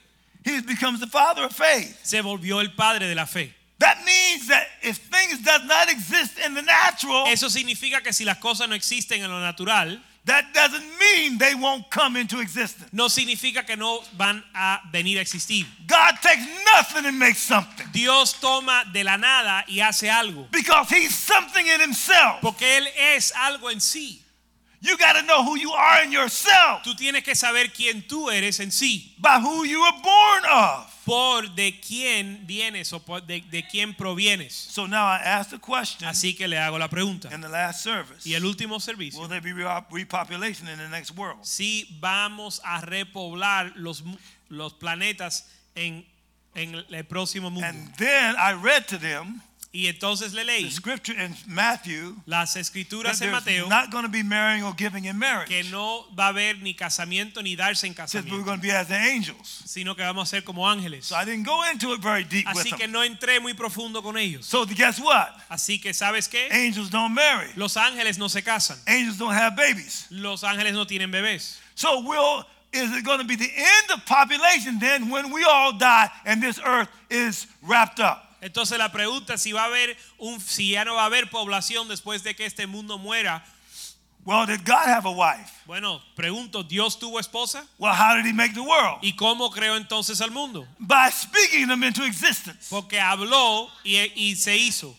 Speaker 4: He becomes the father of faith.
Speaker 3: Se volvió el padre de la fe.
Speaker 4: That means that if things does not exist in the natural,
Speaker 3: Eso significa que si las cosas no existen en lo natural,
Speaker 4: that doesn't mean they won't come into existence.
Speaker 3: no significa que no van a venir a existir.
Speaker 4: God takes nothing and makes something.
Speaker 3: Dios toma de la nada y hace algo.
Speaker 4: Because he's something in himself.
Speaker 3: Porque Él es algo en sí.
Speaker 4: You got to know who you are in yourself
Speaker 3: Tú tienes que saber quién tú eres en sí.
Speaker 4: by who you were born of.
Speaker 3: Por de quién vienes o por de, de quién provienes.
Speaker 4: So now I ask the question
Speaker 3: Así que le hago la pregunta.
Speaker 4: in the last service
Speaker 3: Y el último
Speaker 4: Will
Speaker 3: servicio.
Speaker 4: there be re- repopulation in the next world?
Speaker 3: Si vamos a repoblar los, mu- los planetas en, en el próximo mundo.
Speaker 4: And then I read to them
Speaker 3: Y entonces le
Speaker 4: the
Speaker 3: leí
Speaker 4: scripture in Matthew
Speaker 3: las
Speaker 4: that
Speaker 3: escrituras en
Speaker 4: there's
Speaker 3: Mateo
Speaker 4: not going to be marrying or giving in marriage.
Speaker 3: que no va a haber ni casamiento ni darse en
Speaker 4: It says we're
Speaker 3: casamiento,
Speaker 4: going to be as the angels.
Speaker 3: sino que vamos a ser como ángeles.
Speaker 4: So I didn't go into it very deep with
Speaker 3: Así que
Speaker 4: them.
Speaker 3: no entré muy profundo con ellos.
Speaker 4: So eh. guess what?
Speaker 3: Así que sabes qué?
Speaker 4: Angels don't marry.
Speaker 3: Los ángeles no se casan.
Speaker 4: Angels don't have babies.
Speaker 3: Los ángeles no tienen bebés.
Speaker 4: So will is it going to be the end of population then when we all die and this earth is wrapped up?
Speaker 3: Entonces la pregunta es si va a haber un si ya no va a haber población después de que este mundo muera.
Speaker 4: Well, did God have a wife?
Speaker 3: Bueno, pregunto, ¿Dios tuvo esposa?
Speaker 4: Well, how did he make the world?
Speaker 3: ¿Y cómo creó entonces al mundo?
Speaker 4: By speaking them into existence.
Speaker 3: Porque habló y, y se hizo.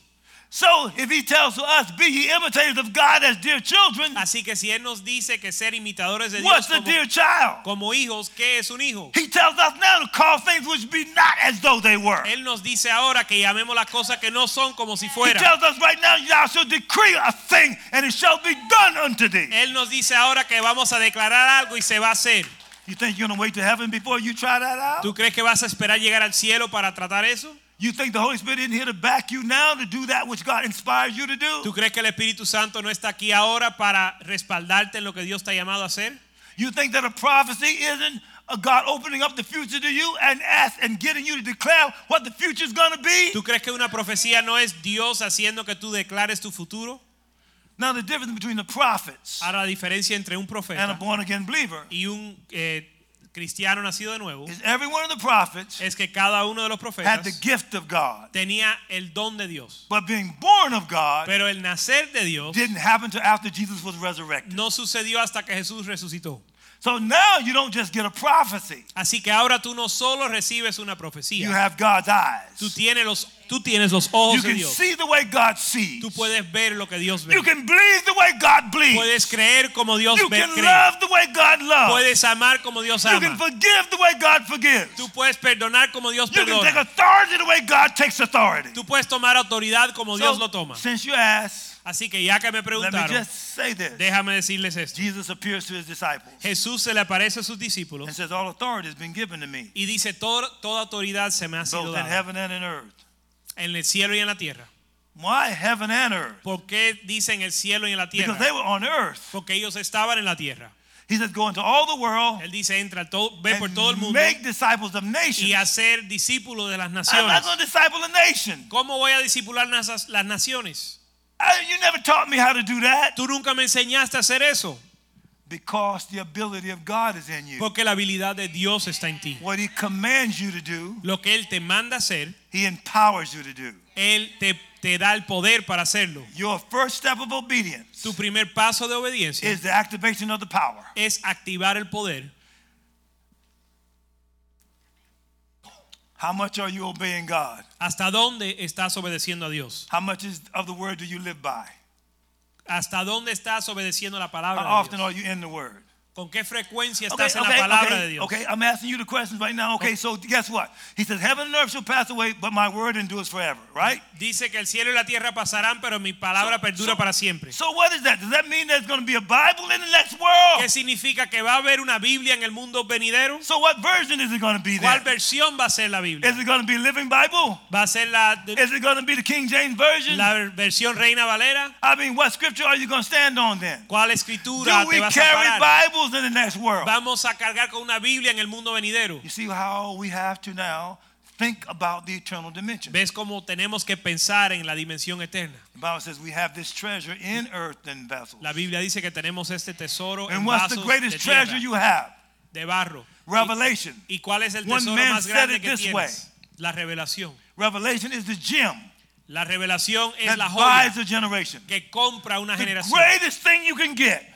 Speaker 4: So if he tells us, be ye imitators of God as dear children,
Speaker 3: Así que si él nos dice que ser imitadores de Dios
Speaker 4: what's the
Speaker 3: como,
Speaker 4: dear child?
Speaker 3: como hijos, ¿qué es un hijo?
Speaker 4: He tells us now to call things which be not as though they were.
Speaker 3: Él nos dice ahora que llamemos las cosas que no son como si
Speaker 4: He
Speaker 3: fueran.
Speaker 4: tells us right now, thou shalt decree a thing, and it shall be done unto thee.
Speaker 3: Él nos dice ahora que vamos a declarar algo y se va a hacer.
Speaker 4: You think you're gonna wait to heaven before you try that out?
Speaker 3: ¿Tú crees que vas a esperar llegar al cielo para tratar eso?
Speaker 4: You think the Holy Spirit isn't here to back you now to do that which God inspires you to
Speaker 3: ¿Tú
Speaker 4: do?
Speaker 3: crees que el Espíritu Santo no está aquí ahora para respaldarte en lo que Dios te ha llamado a hacer?
Speaker 4: You think that a prophecy isn't a God opening up the future to you and ask and getting you to declare what the future is going to be?
Speaker 3: ¿Tú crees que una profecía no es Dios haciendo que tú declares tu futuro?
Speaker 4: Now the difference between the prophets
Speaker 3: Ahora la diferencia entre un
Speaker 4: and a
Speaker 3: profeta
Speaker 4: born again believer
Speaker 3: y un eh, cristiano nacido de nuevo
Speaker 4: is every one of the prophets
Speaker 3: es que cada uno de los
Speaker 4: had the
Speaker 3: profetas
Speaker 4: gift of God,
Speaker 3: tenía el don de Dios.
Speaker 4: but being born of God
Speaker 3: Pero el nacer de Dios
Speaker 4: didn't happen until after Jesus was resurrected.
Speaker 3: no sucedió hasta que Jesús resucitó.
Speaker 4: So now you don't just get a prophecy;
Speaker 3: Así que ahora tú no solo recibes una profecía,
Speaker 4: you have God's
Speaker 3: Tú
Speaker 4: eyes.
Speaker 3: tienes los, tú tienes los
Speaker 4: You
Speaker 3: ojos de
Speaker 4: can
Speaker 3: Dios.
Speaker 4: see the way God sees.
Speaker 3: Tú puedes ver lo que Dios ve.
Speaker 4: You can believe the way God believes.
Speaker 3: Puedes creer como Dios
Speaker 4: You
Speaker 3: ve,
Speaker 4: can
Speaker 3: cree.
Speaker 4: love the way God loves.
Speaker 3: Puedes amar como Dios
Speaker 4: You can
Speaker 3: ama.
Speaker 4: forgive the way God forgives.
Speaker 3: Tú puedes perdonar como Dios
Speaker 4: You can take
Speaker 3: perdona.
Speaker 4: authority the way God takes authority.
Speaker 3: Tú puedes tomar autoridad como Dios lo
Speaker 4: So,
Speaker 3: toma.
Speaker 4: since you asked,
Speaker 3: Así que ya que me
Speaker 4: let me
Speaker 3: preguntaron,
Speaker 4: just say this.
Speaker 3: déjame decirles esto.
Speaker 4: Jesus appears to his disciples
Speaker 3: Jesús se le aparece a sus
Speaker 4: and
Speaker 3: discípulos
Speaker 4: says, All authority has been given to me,
Speaker 3: y dice, "Todo- toda autoridad se me ha
Speaker 4: both
Speaker 3: sido
Speaker 4: in
Speaker 3: dada
Speaker 4: heaven and in earth.
Speaker 3: en el cielo y en la tierra.
Speaker 4: Why heaven and earth?
Speaker 3: ¿Por qué dicen el cielo y en la
Speaker 4: Because they
Speaker 3: tierra?
Speaker 4: were on earth.
Speaker 3: Porque ellos estaban en la tierra.
Speaker 4: He says, Go into all the world
Speaker 3: Él dice, entra, todo, ve por todo el
Speaker 4: Oh. and
Speaker 3: mundo
Speaker 4: make disciples of
Speaker 3: y
Speaker 4: nations.
Speaker 3: hacer discípulos de las
Speaker 4: I'm not
Speaker 3: naciones.
Speaker 4: going to disciple a nation.
Speaker 3: ¿Cómo voy a discipular nas- las naciones?
Speaker 4: I- you never taught me how to do that.
Speaker 3: Tú nunca me enseñaste a hacer eso,
Speaker 4: Because the ability of God is in you.
Speaker 3: porque la habilidad de Dios está en ti.
Speaker 4: What He commands you to do,
Speaker 3: Lo que Él te manda hacer,
Speaker 4: He empowers you to do.
Speaker 3: Él te, te da el poder para hacerlo.
Speaker 4: Your first step of obedience
Speaker 3: Tu primer paso de obediencia
Speaker 4: is the activation of the power.
Speaker 3: es activar el poder.
Speaker 4: How much are you obeying God?
Speaker 3: ¿Hasta dónde estás obedeciendo a Dios?
Speaker 4: How much is, of the word do you live by?
Speaker 3: ¿Hasta dónde estás obedeciendo la
Speaker 4: How
Speaker 3: palabra de
Speaker 4: often
Speaker 3: Dios?
Speaker 4: are you in the word?
Speaker 3: ¿Con qué frecuencia
Speaker 4: Okay,
Speaker 3: estás en la
Speaker 4: okay,
Speaker 3: palabra de
Speaker 4: okay,
Speaker 3: Dios?
Speaker 4: okay, I'm asking you the questions right now. Okay, so guess what? He says, Heaven and earth shall pass away, but my word endures forever, right?
Speaker 3: Dice que el cielo y la tierra pasarán, pero mi palabra perdura
Speaker 4: so-
Speaker 3: para siempre.
Speaker 4: So what is that? Does that mean there's going to be a Bible in the next world?
Speaker 3: ¿Qué significa que va a haber una Biblia en el mundo venidero?
Speaker 4: So what version is it going to be
Speaker 3: ¿Cuál
Speaker 4: then?
Speaker 3: versión va a ser la
Speaker 4: Is
Speaker 3: Biblia?
Speaker 4: it going to be Living Bible?
Speaker 3: ¿Va a ser la,
Speaker 4: Is it going to be the King James Version?
Speaker 3: la versión Reina Valera?
Speaker 4: I mean, what scripture are you going to stand on then?
Speaker 3: ¿Cuál
Speaker 4: Do
Speaker 3: escritura te
Speaker 4: we
Speaker 3: vas a
Speaker 4: carry
Speaker 3: parar?
Speaker 4: Bibles in the next world?
Speaker 3: Vamos a cargar con una Biblia en el mundo venidero.
Speaker 4: You see how we have to now think about the eternal dimension.
Speaker 3: ¿Ves cómo tenemos que pensar en la dimensión eterna?
Speaker 4: The Bible says we have this treasure in earth and vessels.
Speaker 3: La Biblia dice que tenemos este tesoro en
Speaker 4: And what's the
Speaker 3: vasos de,
Speaker 4: greatest
Speaker 3: tierra,
Speaker 4: treasure you have?
Speaker 3: de barro.
Speaker 4: Revelation.
Speaker 3: ¿Y cuál es el
Speaker 4: One
Speaker 3: tesoro
Speaker 4: man
Speaker 3: más
Speaker 4: said
Speaker 3: grande
Speaker 4: it
Speaker 3: que
Speaker 4: this
Speaker 3: tienes? La revelación.
Speaker 4: Revelation is the gem
Speaker 3: La revelación es
Speaker 4: that
Speaker 3: la joya
Speaker 4: buys a generation.
Speaker 3: que compra una
Speaker 4: The
Speaker 3: generación.
Speaker 4: greatest thing you can get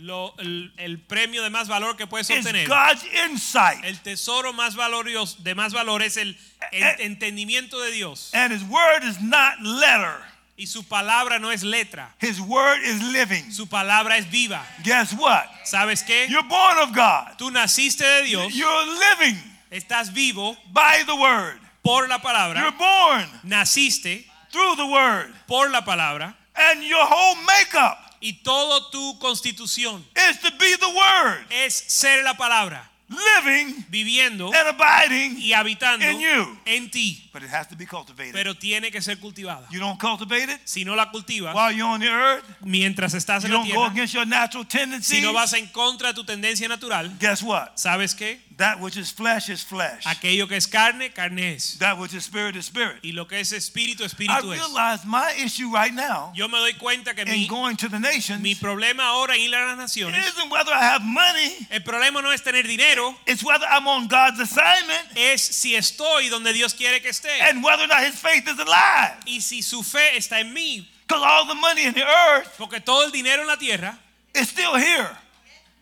Speaker 3: Lo- el, el premio de más valor que puedes
Speaker 4: is
Speaker 3: obtener.
Speaker 4: God's insight
Speaker 3: El tesoro más valorioso, de más valor es el, el
Speaker 4: Eh, eh.
Speaker 3: entendimiento de Dios.
Speaker 4: and his word is not letter.
Speaker 3: Y su palabra no es letra.
Speaker 4: His word is living.
Speaker 3: Su palabra es viva.
Speaker 4: Guess what?
Speaker 3: ¿Sabes qué?
Speaker 4: You're born of God.
Speaker 3: Tú naciste de Dios.
Speaker 4: You're living
Speaker 3: Estás vivo
Speaker 4: by the word.
Speaker 3: por la
Speaker 4: You're
Speaker 3: palabra.
Speaker 4: born
Speaker 3: Naciste
Speaker 4: through the word.
Speaker 3: por la palabra.
Speaker 4: And your whole makeup
Speaker 3: Y todo tu constitución
Speaker 4: is to be the word,
Speaker 3: es ser la palabra.
Speaker 4: living
Speaker 3: Viviendo
Speaker 4: and abiding.
Speaker 3: y habitando
Speaker 4: Eh, In you.
Speaker 3: en ti.
Speaker 4: But it has to be cultivated.
Speaker 3: Pero tiene que ser cultivada.
Speaker 4: You don't cultivate it
Speaker 3: Si no la cultivas,
Speaker 4: while you're on the earth.
Speaker 3: mientras estás
Speaker 4: You
Speaker 3: en la
Speaker 4: don't go
Speaker 3: tierra,
Speaker 4: against your natural
Speaker 3: si
Speaker 4: tendencies.
Speaker 3: no vas en contra de tu tendencia natural,
Speaker 4: Guess what?
Speaker 3: ¿sabes qué?
Speaker 4: That which is flesh is flesh.
Speaker 3: Aquello que es carne, carne es.
Speaker 4: That which is spirit is spirit.
Speaker 3: Y lo que es espíritu,
Speaker 4: I
Speaker 3: espíritu es.
Speaker 4: realize my issue right now
Speaker 3: Yo me doy cuenta que mi,
Speaker 4: in going to the nations
Speaker 3: mi problema ahora en ir a las naciones,
Speaker 4: isn't whether I have money.
Speaker 3: el problema no es tener dinero,
Speaker 4: It's whether I'm on God's assignment
Speaker 3: es si estoy donde Dios quiere que esté.
Speaker 4: and whether or not his faith is alive.
Speaker 3: Y si su fe está en mí,
Speaker 4: Because all the money in the earth
Speaker 3: porque todo el dinero en la tierra
Speaker 4: is still here.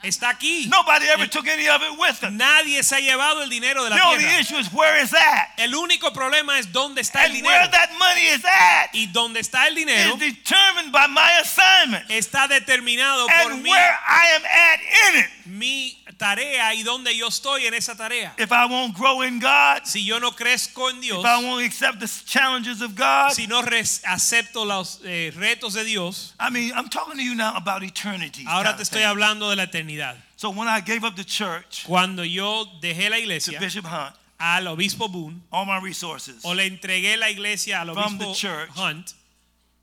Speaker 3: está aquí.
Speaker 4: Nobody ever took any of it with them.
Speaker 3: Nadie se ha llevado el dinero de la
Speaker 4: The only
Speaker 3: tierra.
Speaker 4: issue is where it's at.
Speaker 3: El único problema es dónde está el
Speaker 4: And where
Speaker 3: dinero.
Speaker 4: that money is at
Speaker 3: Y dónde está el dinero
Speaker 4: is determined by my assignment
Speaker 3: está determinado por
Speaker 4: and
Speaker 3: mí,
Speaker 4: where I am at in it.
Speaker 3: mi tarea y dónde yo estoy en esa tarea.
Speaker 4: If I won't grow in God,
Speaker 3: Si yo no crezco en Dios,
Speaker 4: if I won't accept the challenges of God,
Speaker 3: si no res- acepto los eh, retos de Dios,
Speaker 4: I mean, I'm talking to you now about eternity.
Speaker 3: ahora
Speaker 4: kind
Speaker 3: te
Speaker 4: of
Speaker 3: estoy
Speaker 4: thing.
Speaker 3: hablando de la eternidad.
Speaker 4: So when I gave up the church
Speaker 3: Cuando yo dejé la
Speaker 4: to
Speaker 3: iglesia
Speaker 4: Bishop Hunt,
Speaker 3: al obispo Boone
Speaker 4: all my resources,
Speaker 3: o le entregué la iglesia al
Speaker 4: From the
Speaker 3: obispo
Speaker 4: church.
Speaker 3: Hunt,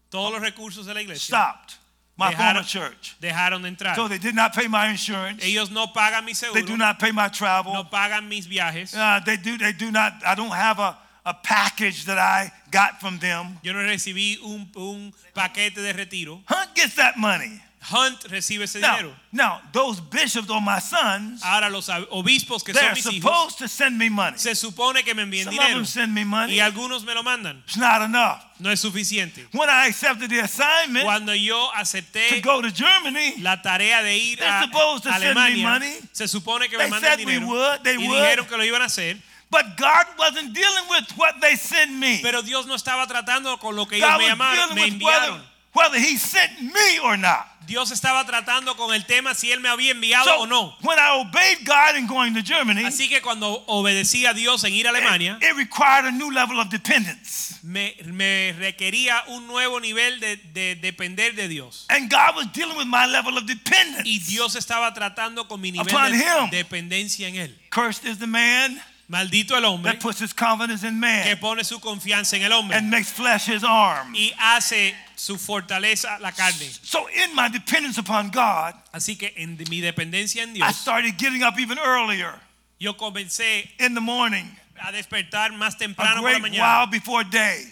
Speaker 3: todos los recursos de la iglesia
Speaker 4: stopped my
Speaker 3: Dejaron-
Speaker 4: former church.
Speaker 3: dejaron de entrar.
Speaker 4: So they did not pay my insurance.
Speaker 3: Ellos no pagan mi
Speaker 4: They do
Speaker 3: seguro,
Speaker 4: not pay my travel.
Speaker 3: no pagan mis viajes.
Speaker 4: Uh, they do. They do not. I don't have a, a package that I got from them.
Speaker 3: Yo no recibí un, un paquete de retiro.
Speaker 4: Hunt gets that money.
Speaker 3: Hunt recibe ese
Speaker 4: Now,
Speaker 3: dinero.
Speaker 4: now those bishops are my sons.
Speaker 3: Ahora los ob- obispos que son
Speaker 4: They're
Speaker 3: mis hijos
Speaker 4: supposed to send me money.
Speaker 3: se supone que me envíen
Speaker 4: Some of
Speaker 3: dinero
Speaker 4: them send me
Speaker 3: y
Speaker 4: money.
Speaker 3: algunos me lo mandan.
Speaker 4: It's not enough.
Speaker 3: No es suficiente.
Speaker 4: When I accepted the assignment
Speaker 3: Cuando yo
Speaker 4: to
Speaker 3: acepté
Speaker 4: go to Germany,
Speaker 3: la tarea de ir
Speaker 4: They're
Speaker 3: a
Speaker 4: supposed to send me
Speaker 3: Alemania,
Speaker 4: money.
Speaker 3: se supone que me
Speaker 4: They
Speaker 3: mandan
Speaker 4: said we
Speaker 3: dinero
Speaker 4: would, they
Speaker 3: y
Speaker 4: would.
Speaker 3: dijeron que lo iban a hacer,
Speaker 4: but God wasn't dealing with what they sent me.
Speaker 3: pero Dios no estaba tratando con lo que ellos
Speaker 4: God
Speaker 3: me
Speaker 4: was
Speaker 3: llamaron, me
Speaker 4: dealing with whether,
Speaker 3: enviaron.
Speaker 4: whether He sent me or not.
Speaker 3: Dios estaba tratando con el tema si él me había enviado
Speaker 4: So eh,
Speaker 3: o no.
Speaker 4: when I obeyed God in going to Germany,
Speaker 3: Así que cuando obedecí a Dios en ir a
Speaker 4: eh,
Speaker 3: Alemania,
Speaker 4: It, it required a new level of dependence.
Speaker 3: me, me requería un nuevo nivel de, de depender de Dios.
Speaker 4: And God was dealing with my level of dependence.
Speaker 3: Y Dios estaba tratando con mi nivel
Speaker 4: Upon
Speaker 3: de
Speaker 4: him.
Speaker 3: dependencia en él.
Speaker 4: Cursed is the man
Speaker 3: Maldito el hombre
Speaker 4: that puts his confidence in
Speaker 3: que
Speaker 4: man
Speaker 3: pone su confianza en el
Speaker 4: and
Speaker 3: hombre
Speaker 4: makes flesh his arm.
Speaker 3: y hace su fortaleza la carne.
Speaker 4: So, in my dependence upon God,
Speaker 3: Así que en mi dependencia en
Speaker 4: I
Speaker 3: Dios,
Speaker 4: started getting up even earlier
Speaker 3: yo comencé
Speaker 4: in the morning,
Speaker 3: a despertar más
Speaker 4: a
Speaker 3: temprano por la
Speaker 4: great
Speaker 3: mañana, um,
Speaker 4: while before day.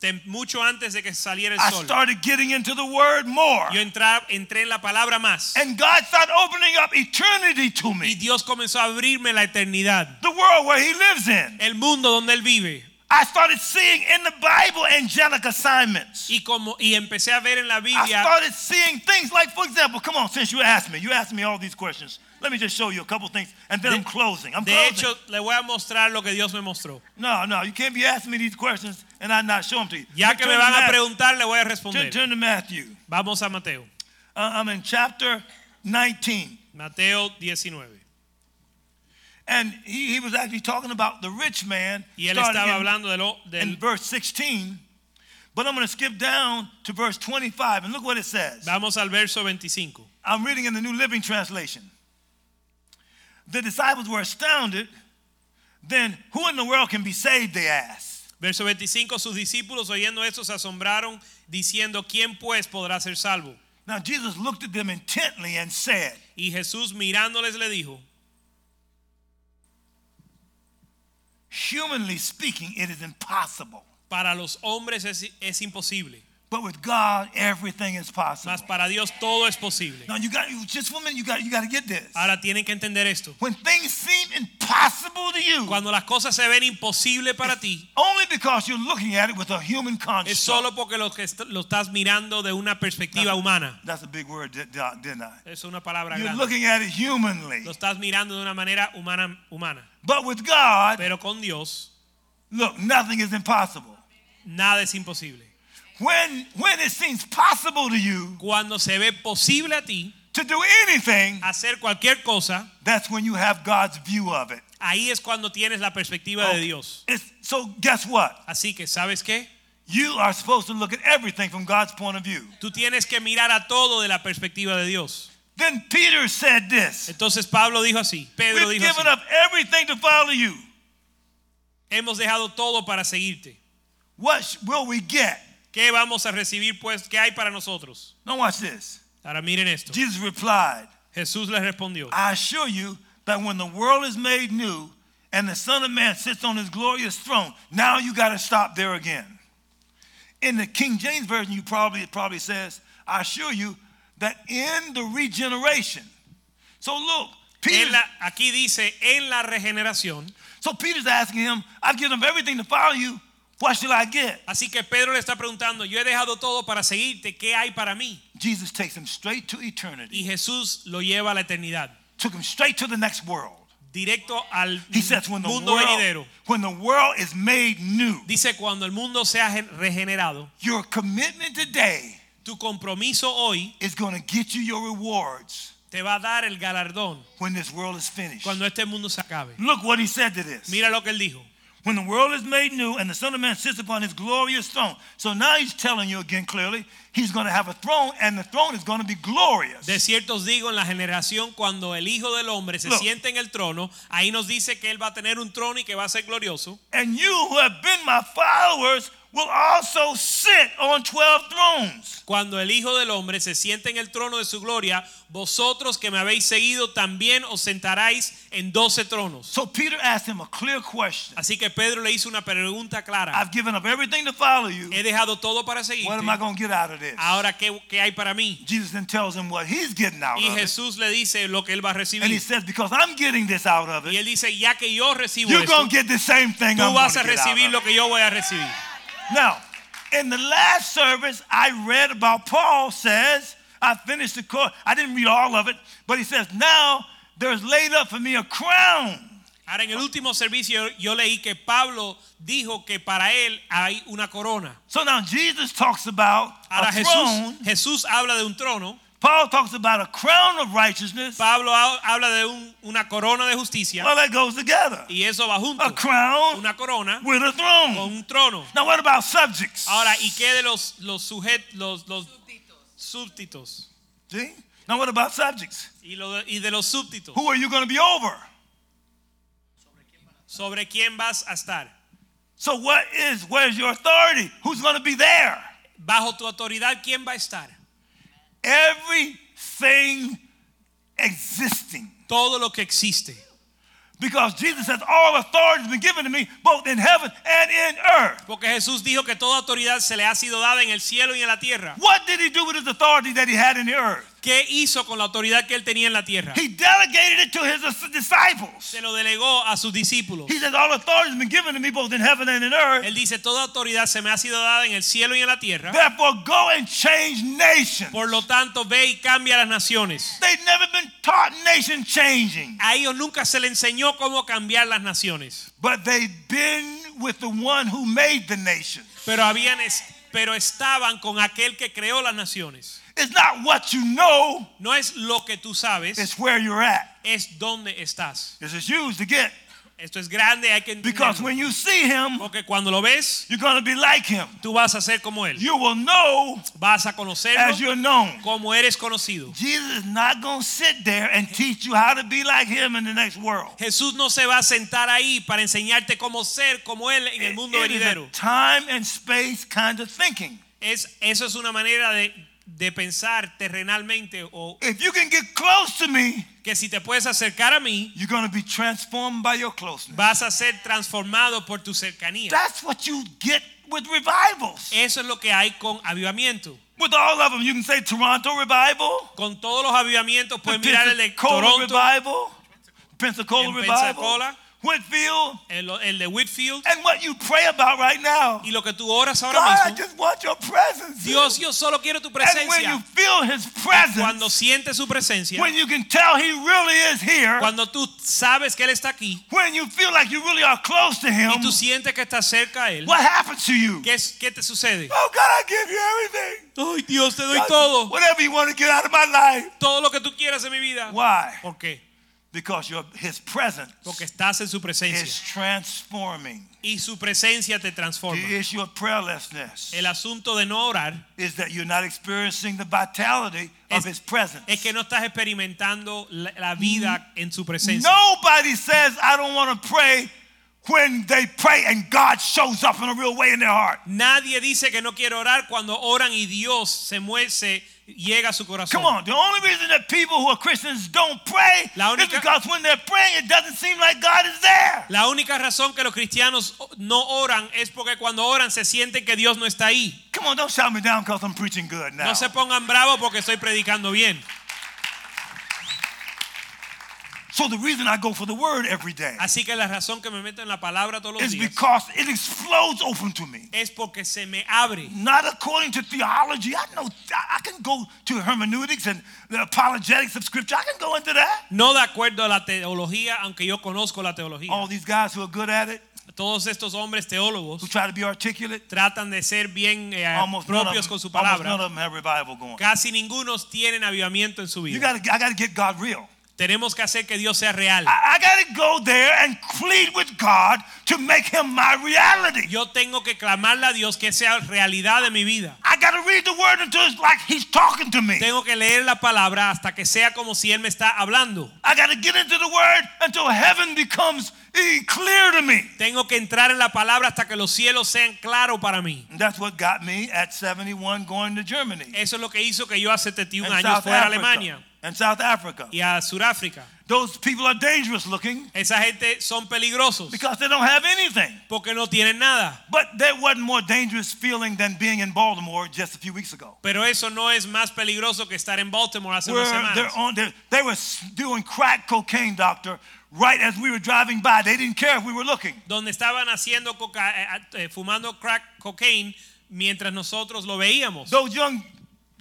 Speaker 3: tem- mucho antes de que saliera el
Speaker 4: I
Speaker 3: sol.
Speaker 4: started getting into the Word more.
Speaker 3: Yo entra- entré en la palabra más
Speaker 4: And God started opening up eternity to
Speaker 3: y
Speaker 4: me,
Speaker 3: Dios comenzó a abrirme la eternidad,
Speaker 4: the world where He lives in.
Speaker 3: el mundo donde él vive.
Speaker 4: I started seeing in the Bible angelic assignments.
Speaker 3: Y como y empecé a ver en la
Speaker 4: I
Speaker 3: Biblia
Speaker 4: started seeing things like, for example, come on, since you asked me, you asked me all these questions. Let me just show you a couple things, and then
Speaker 3: De-
Speaker 4: I'm closing. I'm
Speaker 3: De
Speaker 4: closing.
Speaker 3: hecho, le voy a mostrar lo que Dios me mostró.
Speaker 4: no, no, you can't be asking me these questions and I not show them to you.
Speaker 3: Ya
Speaker 4: But
Speaker 3: que me
Speaker 4: turn to
Speaker 3: van a
Speaker 4: Matthew.
Speaker 3: preguntar, le voy a
Speaker 4: Turn,
Speaker 3: responder.
Speaker 4: turn to Matthew.
Speaker 3: Vamos a Mateo.
Speaker 4: Uh, I'm in chapter 19,
Speaker 3: Mateo 19.
Speaker 4: and he, he was actually talking about the rich man.
Speaker 3: Y él
Speaker 4: starting
Speaker 3: estaba
Speaker 4: in-
Speaker 3: hablando de lo-
Speaker 4: in
Speaker 3: del...
Speaker 4: verse 16, but I'm going to skip down to verse 25, and look what it says.
Speaker 3: Vamos al verso 25.
Speaker 4: I'm reading in the New Living Translation. The disciples were astounded. Then, who in the world can be saved? They asked.
Speaker 3: Verso 25, sus discípulos oyendo esto se asombraron diciendo, ¿quién pues podrá ser salvo?
Speaker 4: Now, Jesus looked at them intently and said,
Speaker 3: Y Jesús mirándoles le dijo,
Speaker 4: Humanly speaking, it is impossible.
Speaker 3: para los hombres es, es imposible,
Speaker 4: But with God, everything is possible.
Speaker 3: mas para Dios todo es posible.
Speaker 4: Now, you got you- just for a minute, you got, you got to get this.
Speaker 3: Ahora tienen que entender esto.
Speaker 4: When things seem impossible to you,
Speaker 3: Cuando las cosas se ven imposibles para ti,
Speaker 4: only because you're looking at it with a human
Speaker 3: Es
Speaker 4: conscience.
Speaker 3: solo porque lo, que est- lo estás mirando de una perspectiva humana.
Speaker 4: That's a big word, di- di- didn't I?
Speaker 3: Es una palabra
Speaker 4: You're
Speaker 3: grande.
Speaker 4: looking at it humanly.
Speaker 3: Lo estás mirando de una manera humana, humana.
Speaker 4: But with God,
Speaker 3: Pero con Dios,
Speaker 4: look, nothing is impossible.
Speaker 3: nada es imposible.
Speaker 4: When, when it seems possible to you
Speaker 3: Cuando se ve posible a ti
Speaker 4: to do anything,
Speaker 3: hacer cualquier cosa,
Speaker 4: that's when you have God's view of it.
Speaker 3: ahí es cuando tienes la perspectiva de Dios.
Speaker 4: It's, so, guess what?
Speaker 3: Así que, ¿sabes qué?
Speaker 4: You are supposed to look at everything from God's point of view.
Speaker 3: Tú tienes que mirar a todo de la perspectiva de Dios.
Speaker 4: Then Peter said this
Speaker 3: Entonces Pablo dijo así, Pedro
Speaker 4: We've
Speaker 3: dijo así,
Speaker 4: given up everything to follow you.
Speaker 3: hemos dejado todo para seguirte.
Speaker 4: What sh- will we get?
Speaker 3: ¿Qué vamos a recibir pues? ¿Qué hay para nosotros?
Speaker 4: Now, watch this.
Speaker 3: Ahora miren esto.
Speaker 4: Jesus replied,
Speaker 3: Jesús les respondió.
Speaker 4: I assure you that when the world is made new and the Son of Man sits on his glorious throne, now you got to stop there again. In the King James Version, you probably, it probably says, I assure you that in the regeneration. So look, Peter,
Speaker 3: En la- aquí dice en la regeneración.
Speaker 4: so Peter's asking him, I've given up everything to follow you. What shall I get?
Speaker 3: Así que Pedro le está preguntando, yo he dejado todo para seguirte, ¿qué hay para mí?
Speaker 4: Jesus takes him straight to eternity,
Speaker 3: Y Jesús lo lleva a la eternidad,
Speaker 4: took him straight to the next world.
Speaker 3: directo al
Speaker 4: He says, when the,
Speaker 3: mundo
Speaker 4: world,
Speaker 3: venidero.
Speaker 4: when the world is made new,
Speaker 3: Dice, cuando el mundo sea gen- regenerado,
Speaker 4: your commitment today
Speaker 3: tu compromiso hoy
Speaker 4: is going to get you your rewards
Speaker 3: te va a dar el galardón
Speaker 4: when this world is finished.
Speaker 3: cuando este mundo se acabe.
Speaker 4: Look what he said to this.
Speaker 3: Mira lo que él dijo.
Speaker 4: When the world is made new and the Son of Man sits upon his glorious throne. So now he's telling you again clearly, he's going to have a throne and the throne is going to be glorious.
Speaker 3: De cierto os digo, en la generación cuando el Hijo del Hombre se
Speaker 4: Look.
Speaker 3: siente en el trono, ahí nos dice que él va a tener un trono y que va a ser glorioso.
Speaker 4: And you who have been my followers will also sit on 12 thrones.
Speaker 3: Cuando el Hijo del Hombre se siente en el trono de su gloria, vosotros que me habéis seguido también os sentaráis en doce tronos.
Speaker 4: So Peter asked him a clear question.
Speaker 3: Así que Pedro le hizo una pregunta clara.
Speaker 4: I've given up everything to follow you.
Speaker 3: He dejado todo para
Speaker 4: What am I
Speaker 3: seguirte.
Speaker 4: going to get out of this?
Speaker 3: Ahora, ¿qué, qué hay para mí?
Speaker 4: Jesus then tells him what he's getting out
Speaker 3: Y
Speaker 4: of it.
Speaker 3: Jesús le dice lo que él va a
Speaker 4: And he
Speaker 3: recibir.
Speaker 4: says, because I'm getting this out of it,
Speaker 3: Y él dice, ya que yo recibo
Speaker 4: You're
Speaker 3: esto,
Speaker 4: going to get the same thing
Speaker 3: tú
Speaker 4: I'm
Speaker 3: vas a
Speaker 4: gonna get out
Speaker 3: recibir
Speaker 4: of
Speaker 3: lo que yo voy a recibir.
Speaker 4: it. Now, in the last service, I read about Paul says, I finished the course. I didn't read all of it, but he says, now there's laid up for me a crown.
Speaker 3: Ahora, en el último servicio yo leí que Pablo dijo que para él hay una corona.
Speaker 4: So now Jesus talks about
Speaker 3: Ahora
Speaker 4: a throne.
Speaker 3: Jesús, Jesús habla de un trono.
Speaker 4: Paul talks about a crown of righteousness.
Speaker 3: Pablo ha- habla de un- una corona de justicia
Speaker 4: Well, that goes together.
Speaker 3: y eso va junto.
Speaker 4: A crown
Speaker 3: Una corona
Speaker 4: with a
Speaker 3: con
Speaker 4: throne.
Speaker 3: un trono.
Speaker 4: Now, what about subjects?
Speaker 3: Ahora, ¿y qué de los los sujet- los, los súbditos?
Speaker 4: See? Now, what about subjects?
Speaker 3: Y, lo de- y de los súbditos,
Speaker 4: Who are you going to be over?
Speaker 3: ¿sobre quién vas a estar?
Speaker 4: So, what is, where's your authority? Who's going to be there?
Speaker 3: bajo tu autoridad, ¿quién va a estar?
Speaker 4: Everything existing.
Speaker 3: Todo lo que existe.
Speaker 4: Because Jesus says, All authority has been given to me, both in heaven and in earth.
Speaker 3: Porque Jesús dijo que toda autoridad se le ha sido dada en el cielo y en la tierra.
Speaker 4: What did he do with his authority that he had in the earth?
Speaker 3: ¿Qué hizo con la autoridad que él tenía en la tierra?
Speaker 4: He delegated it to his disciples.
Speaker 3: Se lo delegó a sus discípulos.
Speaker 4: He says, All authority has been given to me, both in heaven and in earth.
Speaker 3: Él dice, toda autoridad se me ha sido dada en el cielo y en la tierra.
Speaker 4: Therefore, go and change nations.
Speaker 3: Por lo tanto, ve y cambia las naciones.
Speaker 4: They've never been taught nation changing,
Speaker 3: A ellos nunca se le enseñó cómo cambiar las naciones,
Speaker 4: but they've been with the one who made the nation.
Speaker 3: pero habían es- pero estaban con aquel que creó las naciones.
Speaker 4: It's not what you know,
Speaker 3: No es lo que tú sabes,
Speaker 4: it's where you're at.
Speaker 3: es dónde estás.
Speaker 4: This is huge to get
Speaker 3: Esto es grande, hay que
Speaker 4: because
Speaker 3: entenderlo.
Speaker 4: when you see him,
Speaker 3: Porque cuando lo ves,
Speaker 4: you're going to be like him.
Speaker 3: tú vas a ser como él.
Speaker 4: You will know
Speaker 3: Vas a
Speaker 4: as
Speaker 3: conocerlo
Speaker 4: you're known.
Speaker 3: como eres conocido.
Speaker 4: Jesus is not going to sit there and teach you how to be like him in the next world.
Speaker 3: Jesús no se va a sentar ahí para enseñarte cómo ser como él en el mundo
Speaker 4: It is a
Speaker 3: venidero.
Speaker 4: time and space kind of thinking.
Speaker 3: Es, eso es una manera de, de pensar terrenalmente o
Speaker 4: If you can get close to me,
Speaker 3: que si te puedes acercar a mí,
Speaker 4: you're going to be transformed by your closeness.
Speaker 3: vas a ser transformado por tu cercanía.
Speaker 4: That's what you get with revivals.
Speaker 3: Eso es lo que hay con avivamiento.
Speaker 4: With all of them, you can say Toronto revival,
Speaker 3: Con todos los avivamientos
Speaker 4: the
Speaker 3: puedes mirar el de
Speaker 4: Pensacola
Speaker 3: Toronto,
Speaker 4: revival, Pensacola
Speaker 3: En
Speaker 4: revival,
Speaker 3: Pensacola.
Speaker 4: Whitfield,
Speaker 3: el, el de Whitfield
Speaker 4: and what you pray about right now.
Speaker 3: y lo que tú oras
Speaker 4: God,
Speaker 3: ahora
Speaker 4: I
Speaker 3: mismo.
Speaker 4: just want your presence.
Speaker 3: Dios, yo solo quiero tu
Speaker 4: and when you
Speaker 3: presencia.
Speaker 4: feel His
Speaker 3: Cuando
Speaker 4: presence,
Speaker 3: sientes su presencia,
Speaker 4: when you can tell He really is here,
Speaker 3: cuando tú sabes que él está aquí
Speaker 4: when you feel like you really are close to Him,
Speaker 3: y tú sientes que estás cerca a él,
Speaker 4: what happens to you?
Speaker 3: ¿qué, es- qué te sucede?
Speaker 4: Oh God, I give you everything.
Speaker 3: Ay, Dios, te doy
Speaker 4: God,
Speaker 3: todo,
Speaker 4: Whatever you want to get out of my life.
Speaker 3: todo lo que tú quieras en mi vida.
Speaker 4: Why?
Speaker 3: ¿Por qué?
Speaker 4: Because your, His presence
Speaker 3: Porque estás en su
Speaker 4: is
Speaker 3: presencia
Speaker 4: transforming.
Speaker 3: y su presencia te
Speaker 4: The
Speaker 3: transforma.
Speaker 4: issue of prayerlessness
Speaker 3: El asunto de no orar
Speaker 4: is that you're not experiencing the vitality
Speaker 3: Es-
Speaker 4: of His presence.
Speaker 3: es que no estás experimentando la, la
Speaker 4: Mm.
Speaker 3: vida en su presencia.
Speaker 4: Nobody says, I don't want to pray when they pray and God shows up in a real way in their heart.
Speaker 3: Nadie dice que no quiere orar cuando oran y Dios se mueve, se llega a su corazón.
Speaker 4: Come on, the only reason that people who are Christians don't pray
Speaker 3: La
Speaker 4: is
Speaker 3: única-
Speaker 4: because when they're praying, it doesn't seem like God is there.
Speaker 3: La única razón que los cristianos no oran es porque cuando oran se sienten que Dios no está ahí.
Speaker 4: Come on, don't shout me down because I'm preaching good now.
Speaker 3: No se pongan bravos porque estoy predicando bien.
Speaker 4: So the reason I go for the word every day
Speaker 3: Así que la razón que me meto en la palabra todos los
Speaker 4: is
Speaker 3: días
Speaker 4: because it explodes open to me.
Speaker 3: es porque se me abre.
Speaker 4: Not according to theology. I know I I can go to hermeneutics and the apologetics of scripture. I can go into that.
Speaker 3: No de acuerdo a la teología, aunque yo conozco la teología.
Speaker 4: All these guys who are good at it,
Speaker 3: Todos estos hombres
Speaker 4: who
Speaker 3: teólogos
Speaker 4: try to be articulate,
Speaker 3: tratan de ser bien eh,
Speaker 4: almost none, of
Speaker 3: propios
Speaker 4: them,
Speaker 3: con su
Speaker 4: almost none
Speaker 3: palabra.
Speaker 4: of them have revival going.
Speaker 3: Casi ninguno tienen avivamiento en su
Speaker 4: You
Speaker 3: vida.
Speaker 4: gotta, I got to get God real.
Speaker 3: Tenemos que hacer que Dios sea real.
Speaker 4: I, I got to go there and plead with God to make him my reality.
Speaker 3: Yo tengo que clamarle a Dios que sea realidad de mi vida.
Speaker 4: I got to read the word until it's like he's talking to me.
Speaker 3: Tengo que leer la palabra hasta que sea como si Él me está hablando.
Speaker 4: I got to get into the word until heaven becomes eh, clear to me.
Speaker 3: Tengo que entrar en la palabra hasta que los cielos sean claros para mí.
Speaker 4: And that's what got me at 71 going to Germany
Speaker 3: Eso es lo que hizo que yo hace 71
Speaker 4: and
Speaker 3: años
Speaker 4: South
Speaker 3: fuera a
Speaker 4: Africa.
Speaker 3: Alemania
Speaker 4: And South Africa.
Speaker 3: y a Sudáfrica.
Speaker 4: Those people are dangerous looking
Speaker 3: Esa gente son peligrosos
Speaker 4: because they don't have anything.
Speaker 3: porque no tienen nada.
Speaker 4: But there wasn't more dangerous feeling than being in Baltimore just a few weeks ago.
Speaker 3: Pero eso no es más peligroso que estar en Baltimore hace unas
Speaker 4: Where they're
Speaker 3: semanas.
Speaker 4: on, they they were s- doing crack cocaine, doctor, right as we were driving by. They didn't care if we were looking.
Speaker 3: Donde estaban haciendo coca- eh, eh, fumando crack cocaine mientras nosotros lo veíamos.
Speaker 4: Those young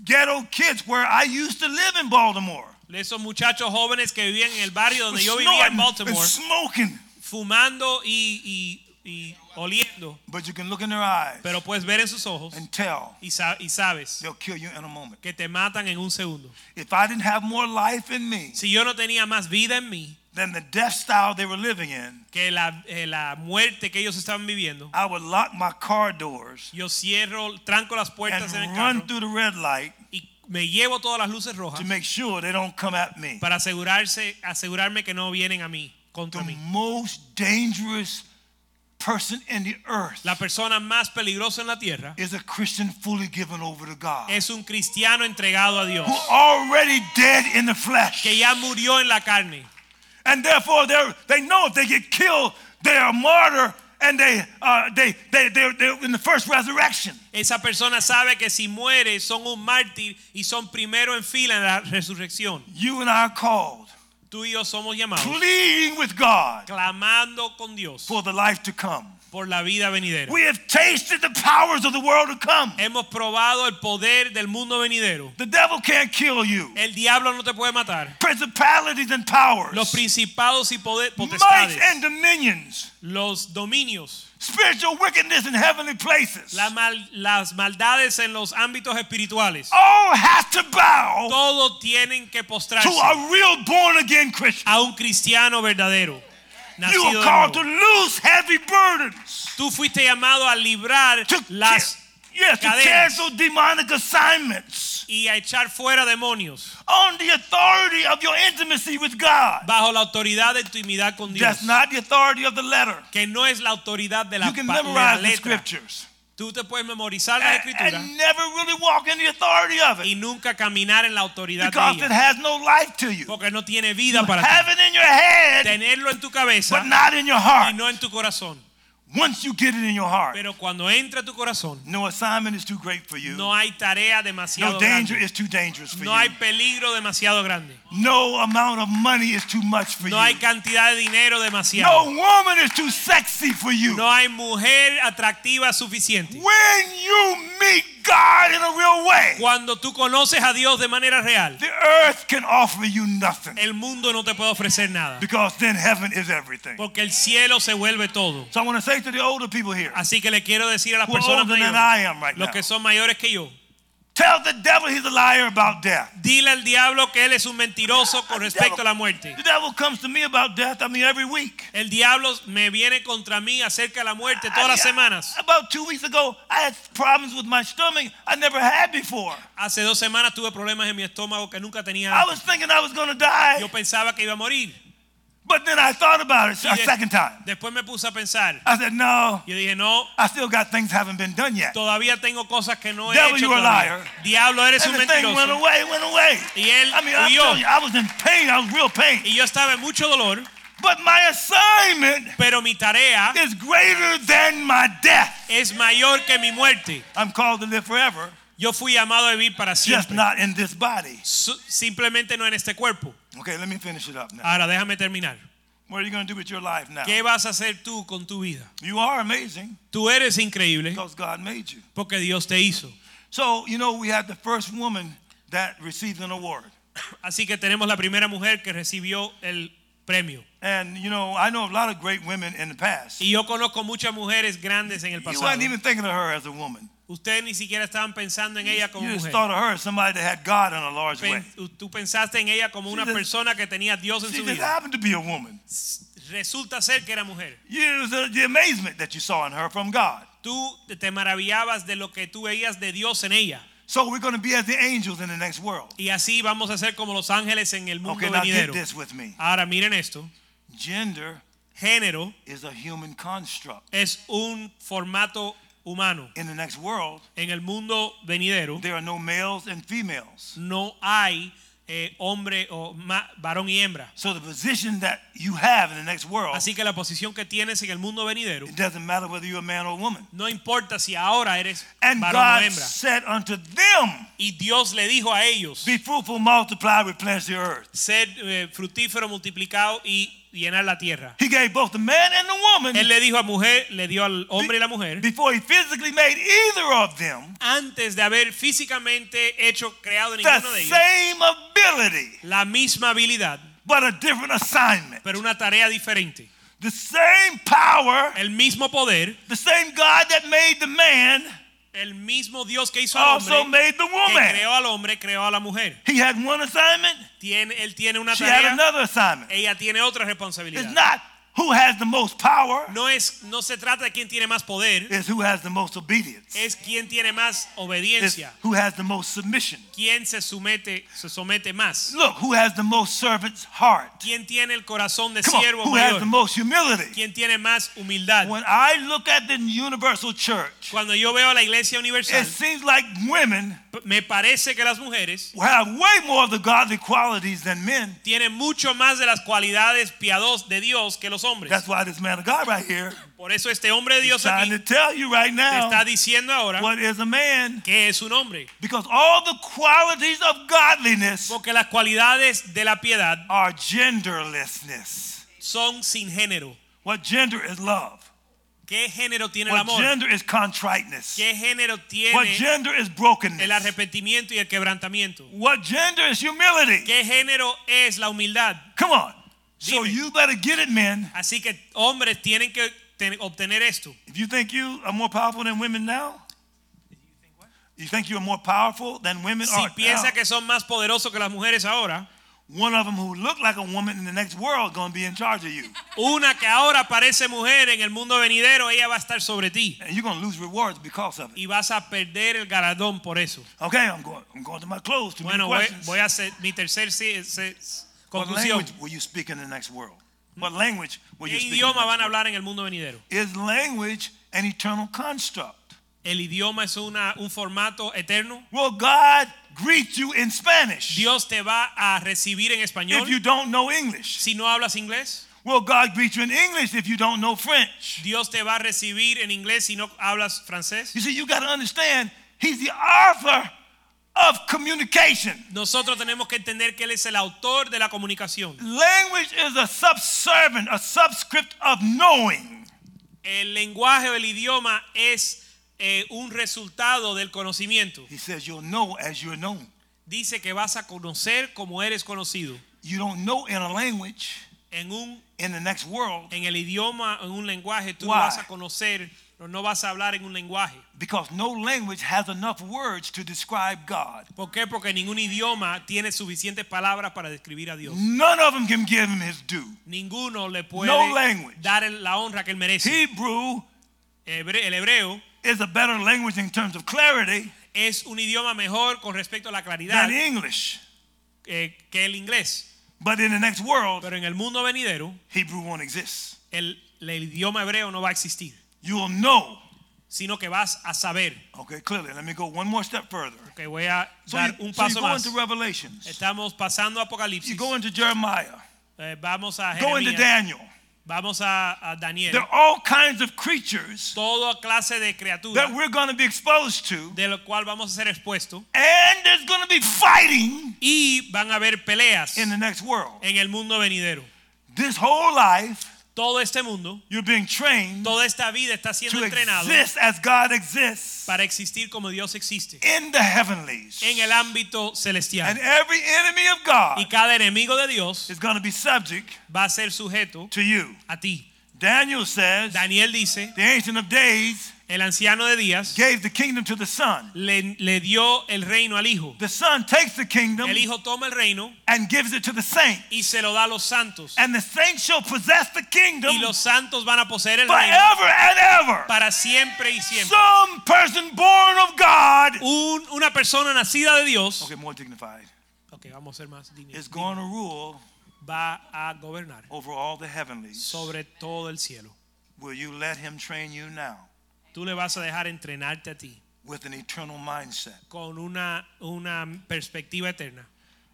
Speaker 4: ghetto kids where I used to live in Baltimore.
Speaker 3: Esos muchachos jóvenes que vivían en el barrio donde yo vivía en
Speaker 4: snorting and
Speaker 3: Baltimore,
Speaker 4: smoking.
Speaker 3: fumando y, y- y oliendo.
Speaker 4: But you can look in their eyes
Speaker 3: Pero puedes ver en sus ojos
Speaker 4: and tell
Speaker 3: y, sa- y sabes
Speaker 4: they'll kill you in a moment.
Speaker 3: que te matan en un segundo.
Speaker 4: If I didn't have more life in me
Speaker 3: Si yo no tenía más vida en mí
Speaker 4: than the death style they were living in,
Speaker 3: que la, eh, la muerte que ellos estaban viviendo,
Speaker 4: I would lock my car doors
Speaker 3: yo cierro, tranco las
Speaker 4: and
Speaker 3: puertas en el
Speaker 4: run
Speaker 3: carro
Speaker 4: through the red light
Speaker 3: y me llevo todas las luces rojas
Speaker 4: to make sure they don't come at me.
Speaker 3: para asegurarse, asegurarme que no vienen a mí,
Speaker 4: The
Speaker 3: contra mí.
Speaker 4: most dangerous person in the earth
Speaker 3: La persona más peligrosa en la tierra
Speaker 4: is a Christian fully given over to God,
Speaker 3: es un cristiano entregado a Dios
Speaker 4: who already dead in the flesh.
Speaker 3: que ya murió en la carne.
Speaker 4: And therefore, they they know if they get killed, they are a martyr, and they uh, they they they're, they're in the first resurrection.
Speaker 3: Esa persona sabe que si muere son un mártir y son primero en fila en la resurrección.
Speaker 4: You and I are called,
Speaker 3: Tú y yo somos llamados
Speaker 4: pleading with God
Speaker 3: clamando con Dios
Speaker 4: for the life to come.
Speaker 3: por la vida venidera.
Speaker 4: We have tasted the powers of the world to come.
Speaker 3: Hemos probado el poder del mundo venidero.
Speaker 4: The devil can't kill you.
Speaker 3: El diablo no te puede matar.
Speaker 4: Principalities and powers,
Speaker 3: Los principados y poder-
Speaker 4: mights
Speaker 3: potestades,
Speaker 4: and dominions,
Speaker 3: los dominios,
Speaker 4: spiritual wickedness in heavenly places.
Speaker 3: la mal- las maldades en los ámbitos espirituales.
Speaker 4: All have to bow
Speaker 3: Todos tienen que
Speaker 4: to
Speaker 3: postrarse
Speaker 4: a real born again Christian.
Speaker 3: a un cristiano verdadero.
Speaker 4: You
Speaker 3: Nacido
Speaker 4: are
Speaker 3: de
Speaker 4: called to
Speaker 3: nuevo.
Speaker 4: loose heavy burdens.
Speaker 3: Tú fuiste llamado a librar
Speaker 4: to
Speaker 3: las
Speaker 4: ca- yes, to
Speaker 3: cadenas.
Speaker 4: cancel demonic assignments
Speaker 3: y a echar fuera demonios
Speaker 4: on the authority of your intimacy with God.
Speaker 3: bajo la autoridad de tu intimidad con Dios.
Speaker 4: That's not the authority of the letter.
Speaker 3: que no es la autoridad de la,
Speaker 4: You can
Speaker 3: pa- de la
Speaker 4: memorize the
Speaker 3: letra.
Speaker 4: scriptures
Speaker 3: Tú te puedes memorizar las
Speaker 4: and,
Speaker 3: escrituras
Speaker 4: and never really walk in the authority of
Speaker 3: y
Speaker 4: it
Speaker 3: nunca caminar en la autoridad de
Speaker 4: because it
Speaker 3: ella.
Speaker 4: has no life to you.
Speaker 3: Porque no tiene vida para
Speaker 4: Have
Speaker 3: ti.
Speaker 4: it in your head,
Speaker 3: Tenerlo en tu
Speaker 4: but
Speaker 3: cabeza
Speaker 4: not in your
Speaker 3: y
Speaker 4: heart.
Speaker 3: no en tu corazón.
Speaker 4: Once you get it in your heart,
Speaker 3: Pero cuando entra a tu corazón,
Speaker 4: no assignment is too great for you.
Speaker 3: no hay tarea
Speaker 4: No
Speaker 3: demasiado
Speaker 4: danger
Speaker 3: grande.
Speaker 4: is too dangerous for
Speaker 3: No hay
Speaker 4: you.
Speaker 3: peligro demasiado grande.
Speaker 4: No amount of money is too much for
Speaker 3: No hay
Speaker 4: you.
Speaker 3: cantidad de dinero
Speaker 4: No
Speaker 3: demasiado.
Speaker 4: woman is too sexy for you.
Speaker 3: No hay mujer atractiva suficiente.
Speaker 4: When you meet God in a real way,
Speaker 3: Cuando tú conoces a Dios de manera real,
Speaker 4: the earth can offer you nothing
Speaker 3: el mundo no te puede ofrecer nada.
Speaker 4: because then heaven is everything.
Speaker 3: Porque el cielo se vuelve todo.
Speaker 4: So I want to say to the older people here
Speaker 3: Así que le quiero decir a las
Speaker 4: Who are
Speaker 3: personas
Speaker 4: older than I am right
Speaker 3: mayores, los
Speaker 4: now.
Speaker 3: que son mayores que yo,
Speaker 4: tell the devil he's a liar about death.
Speaker 3: dile al diablo que él es un mentiroso con respecto a la muerte.
Speaker 4: The devil comes to me about death, I mean, every week.
Speaker 3: El diablo me viene contra mí acerca de la muerte
Speaker 4: I
Speaker 3: todas
Speaker 4: mean,
Speaker 3: las semanas.
Speaker 4: About two weeks ago, I had problems with my stomach I never had before.
Speaker 3: Hace dos semanas tuve problemas en mi estómago que nunca tenía.
Speaker 4: I
Speaker 3: antes.
Speaker 4: was thinking I was going to
Speaker 3: Yo
Speaker 4: die,
Speaker 3: pensaba que iba a morir.
Speaker 4: but then I thought about it
Speaker 3: Y
Speaker 4: a
Speaker 3: de-
Speaker 4: second time.
Speaker 3: Después me puse a pensar.
Speaker 4: I said, no,
Speaker 3: Yo dije, no,
Speaker 4: I still got things haven't been done yet.
Speaker 3: todavía tengo cosas que no he
Speaker 4: Devil,
Speaker 3: hecho
Speaker 4: you a
Speaker 3: todavía.
Speaker 4: liar.
Speaker 3: Diablo, eres
Speaker 4: And
Speaker 3: un
Speaker 4: the thing went
Speaker 3: mentiroso.
Speaker 4: away, went away.
Speaker 3: Y él
Speaker 4: I mean, I'm
Speaker 3: huyó.
Speaker 4: telling you, I was in pain. I was real pain.
Speaker 3: Y yo estaba en mucho dolor,
Speaker 4: But my assignment
Speaker 3: pero mi tarea
Speaker 4: is greater than my death.
Speaker 3: es mayor que mi muerte.
Speaker 4: I'm called to live forever,
Speaker 3: Yo fui llamado a vivir para
Speaker 4: just
Speaker 3: siempre.
Speaker 4: not in this body.
Speaker 3: Su- simplemente no en este cuerpo.
Speaker 4: Okay, let me finish it up now.
Speaker 3: Ahora déjame terminar.
Speaker 4: What are you going to do with your life now?
Speaker 3: ¿Qué vas a hacer tú con tu vida?
Speaker 4: You are amazing
Speaker 3: Tú eres increíble
Speaker 4: because God made you.
Speaker 3: porque Dios te hizo.
Speaker 4: So, you know, we had the first woman that received an award.
Speaker 3: Así que tenemos la primera mujer que recibió el premio.
Speaker 4: And, you know, I know a lot of great women in the past.
Speaker 3: Y yo conozco muchas mujeres grandes en el
Speaker 4: You
Speaker 3: pasado.
Speaker 4: weren't even thinking of her as a woman.
Speaker 3: Ustedes ni siquiera estaban pensando en ella como
Speaker 4: You just
Speaker 3: mujer.
Speaker 4: thought of her as somebody that had God in a large way.
Speaker 3: Pen- tú pensaste en ella como una
Speaker 4: just-
Speaker 3: persona que tenía a Dios en
Speaker 4: She
Speaker 3: su
Speaker 4: just
Speaker 3: vida.
Speaker 4: happened to be a woman.
Speaker 3: Resulta ser que era mujer.
Speaker 4: It was uh, the, the amazement that you saw in her from God.
Speaker 3: Tú te maravillabas de lo que tú veías de Dios en ella.
Speaker 4: So we're going to be as the angels in the next world.
Speaker 3: Y así vamos a ser como los ángeles en el mundo
Speaker 4: Okay, now get
Speaker 3: venidero.
Speaker 4: this with me.
Speaker 3: Ahora miren esto.
Speaker 4: Gender
Speaker 3: Género
Speaker 4: is a human construct.
Speaker 3: es un formato humano.
Speaker 4: In the next world,
Speaker 3: En el mundo venidero
Speaker 4: there are no males and females.
Speaker 3: no hay eh, hombre o ma- varón y hembra.
Speaker 4: So the position that you have in the next world,
Speaker 3: Así que la posición que tienes en el mundo venidero
Speaker 4: it doesn't matter whether you're a man or a woman.
Speaker 3: no importa si ahora eres
Speaker 4: And
Speaker 3: varón o
Speaker 4: God
Speaker 3: hembra.
Speaker 4: said unto them,
Speaker 3: Y Dios le dijo a ellos,
Speaker 4: Be fruitful, multiply, replenish the earth.
Speaker 3: ser eh, fructífero, multiplicado y llenar la tierra.
Speaker 4: He gave both the man and the
Speaker 3: Él
Speaker 4: woman
Speaker 3: le dijo a mujer, le dio al hombre y la mujer,
Speaker 4: before he physically made either of them
Speaker 3: antes de haber físicamente hecho, creado
Speaker 4: the
Speaker 3: ninguno de ellos,
Speaker 4: same ability,
Speaker 3: la misma habilidad,
Speaker 4: but a different assignment.
Speaker 3: pero una tarea diferente.
Speaker 4: The same power,
Speaker 3: El mismo poder,
Speaker 4: the same God that made the man
Speaker 3: el mismo Dios que hizo al
Speaker 4: also
Speaker 3: Oh, hombre,
Speaker 4: made the
Speaker 3: que
Speaker 4: woman.
Speaker 3: creó al hombre, creó a la mujer.
Speaker 4: He had one assignment,
Speaker 3: Tiene, él tiene una
Speaker 4: she had
Speaker 3: tarea,
Speaker 4: another assignment.
Speaker 3: ella tiene otra
Speaker 4: It's
Speaker 3: responsabilidad.
Speaker 4: not who has the most power
Speaker 3: No, es, no se trata de quién tiene más poder,
Speaker 4: is who has the most obedience.
Speaker 3: es quién tiene más
Speaker 4: It's
Speaker 3: obediencia,
Speaker 4: who has the most submission.
Speaker 3: quién se somete, se somete más,
Speaker 4: Look, who has the most servant's heart.
Speaker 3: quién tiene el corazón de
Speaker 4: Come on,
Speaker 3: siervo
Speaker 4: who has
Speaker 3: mayor,
Speaker 4: the most humility.
Speaker 3: quién tiene más humildad.
Speaker 4: When I look at the universal church,
Speaker 3: Cuando yo veo a la iglesia
Speaker 4: it
Speaker 3: universal,
Speaker 4: seems like women
Speaker 3: me parece que las mujeres
Speaker 4: have way more of the godly qualities than men.
Speaker 3: tienen mucho más de las cualidades piadosas de Dios que los hombres.
Speaker 4: That's why this man of God right here
Speaker 3: Por eso este hombre de
Speaker 4: is
Speaker 3: Dios aquí
Speaker 4: trying to tell you right
Speaker 3: te
Speaker 4: now
Speaker 3: está diciendo ahora
Speaker 4: what is a man.
Speaker 3: que es un hombre,
Speaker 4: Because all the qualities of godliness
Speaker 3: porque las cualidades de la piedad
Speaker 4: are genderlessness.
Speaker 3: son sin género.
Speaker 4: What gender is love?
Speaker 3: ¿Qué género tiene el
Speaker 4: What
Speaker 3: amor?
Speaker 4: gender is contriteness?
Speaker 3: ¿Qué género
Speaker 4: What
Speaker 3: tiene
Speaker 4: gender is
Speaker 3: el
Speaker 4: brokenness?
Speaker 3: arrepentimiento y el quebrantamiento?
Speaker 4: What gender is humility?
Speaker 3: ¿Qué género es la humildad?
Speaker 4: Come on. So
Speaker 3: Dime.
Speaker 4: you better get it, men.
Speaker 3: Así que hombres tienen que ten- obtener esto.
Speaker 4: If you think you are more powerful than women now, you think you're more powerful than women
Speaker 3: Si
Speaker 4: are now.
Speaker 3: piensa que son más poderosos que las mujeres ahora,
Speaker 4: One of them who look like a woman in the next world going to be in charge of you,
Speaker 3: una que ahora parece mujer en el mundo venidero, ella va a estar sobre ti
Speaker 4: and you're going to lose rewards because of it.
Speaker 3: y vas a perder el galardón por eso.
Speaker 4: Okay, I'm going. I'm going to my close. Too many
Speaker 3: Bueno, voy,
Speaker 4: questions.
Speaker 3: voy a hacer mi tercer si- se-
Speaker 4: what
Speaker 3: conclusión.
Speaker 4: language will you speak in the next world? What language will
Speaker 3: ¿Qué
Speaker 4: you speak? in the
Speaker 3: idioma van
Speaker 4: next
Speaker 3: a
Speaker 4: world?
Speaker 3: hablar en el mundo venidero?
Speaker 4: Is language an eternal construct?
Speaker 3: El idioma es una, un formato eterno.
Speaker 4: Will God greet you in Spanish
Speaker 3: Dios te va a recibir en español
Speaker 4: if you don't know English?
Speaker 3: si no hablas inglés.
Speaker 4: Will God greet you in English if you don't know French?
Speaker 3: Dios te va a recibir en inglés si no hablas francés.
Speaker 4: You see, you got to understand, He's the author of communication.
Speaker 3: Nosotros tenemos que entender que Él es el autor de la comunicación.
Speaker 4: Language is a subservient, a subscript of knowing.
Speaker 3: El lenguaje o el idioma es eh, un resultado del conocimiento.
Speaker 4: He says, You'll know as you're known.
Speaker 3: Dice que vas a conocer como eres conocido
Speaker 4: You don't know in a language
Speaker 3: en un
Speaker 4: in the next world
Speaker 3: en el idioma, en un lenguaje, tú
Speaker 4: Why?
Speaker 3: no vas a conocer, no, no vas a hablar en un lenguaje.
Speaker 4: because no language has enough words to describe God.
Speaker 3: ¿Por qué? Porque ningún idioma tiene suficientes palabras para describir a Dios.
Speaker 4: None of them can give him his due.
Speaker 3: Ninguno le puede
Speaker 4: No language.
Speaker 3: dar el- la honra que él merece.
Speaker 4: Hebrew
Speaker 3: Hebre- el hebreo
Speaker 4: is a better language in terms of clarity
Speaker 3: es un idioma mejor con respecto a la claridad
Speaker 4: than English.
Speaker 3: eh, que el inglés.
Speaker 4: But in the next world,
Speaker 3: Pero en el mundo venidero,
Speaker 4: Hebrew won't exist.
Speaker 3: el, el idioma hebreo no va a existir,
Speaker 4: You will know.
Speaker 3: sino que vas a saber.
Speaker 4: Okay, clearly. Let me go one more step further.
Speaker 3: Que voy a
Speaker 4: So
Speaker 3: dar
Speaker 4: you,
Speaker 3: un
Speaker 4: so you
Speaker 3: paso
Speaker 4: go
Speaker 3: más.
Speaker 4: into Revelations.
Speaker 3: Estamos pasando a
Speaker 4: You
Speaker 3: Apocalipsis.
Speaker 4: go into Jeremiah.
Speaker 3: Eh, vamos a
Speaker 4: Go into
Speaker 3: Jeremías.
Speaker 4: Daniel.
Speaker 3: Vamos a, a Daniel.
Speaker 4: There are all kinds of creatures
Speaker 3: toda clase de criatura
Speaker 4: that we're going to be exposed to,
Speaker 3: de lo cual vamos a ser expuestos
Speaker 4: and there's going to be fighting
Speaker 3: y van a haber peleas
Speaker 4: in the next world.
Speaker 3: en el mundo venidero.
Speaker 4: This whole life,
Speaker 3: Todo este mundo,
Speaker 4: you're being trained
Speaker 3: toda esta vida está siendo
Speaker 4: to
Speaker 3: entrenado
Speaker 4: exist as God exists
Speaker 3: para existir como Dios existe
Speaker 4: in the heavenlies.
Speaker 3: en el ámbito
Speaker 4: And
Speaker 3: celestial.
Speaker 4: every enemy of God
Speaker 3: Y cada enemigo de Dios
Speaker 4: is going to be subject
Speaker 3: va a ser sujeto
Speaker 4: to you.
Speaker 3: a ti.
Speaker 4: Daniel says,
Speaker 3: Daniel dice,
Speaker 4: the Ancient of Days
Speaker 3: el anciano de días
Speaker 4: gave the kingdom to the Son.
Speaker 3: le, le dio el reino al hijo.
Speaker 4: The Son takes the kingdom
Speaker 3: El hijo toma el reino
Speaker 4: and gives it to the saint.
Speaker 3: y se lo da a los santos.
Speaker 4: And the saint shall possess the kingdom
Speaker 3: Y los santos van a poseer el reino
Speaker 4: forever and ever.
Speaker 3: para siempre y siempre.
Speaker 4: Some person born of God,
Speaker 3: un- una persona nacida de Dios
Speaker 4: okay, more dignified,
Speaker 3: Ok, vamos a ser más dignos.
Speaker 4: is going to rule
Speaker 3: va a gobernar
Speaker 4: over all the heavenlies.
Speaker 3: sobre todo el cielo
Speaker 4: Will you let him train you now
Speaker 3: tú le vas a dejar entrenarte a ti
Speaker 4: with an eternal mindset?
Speaker 3: con una, una perspectiva eterna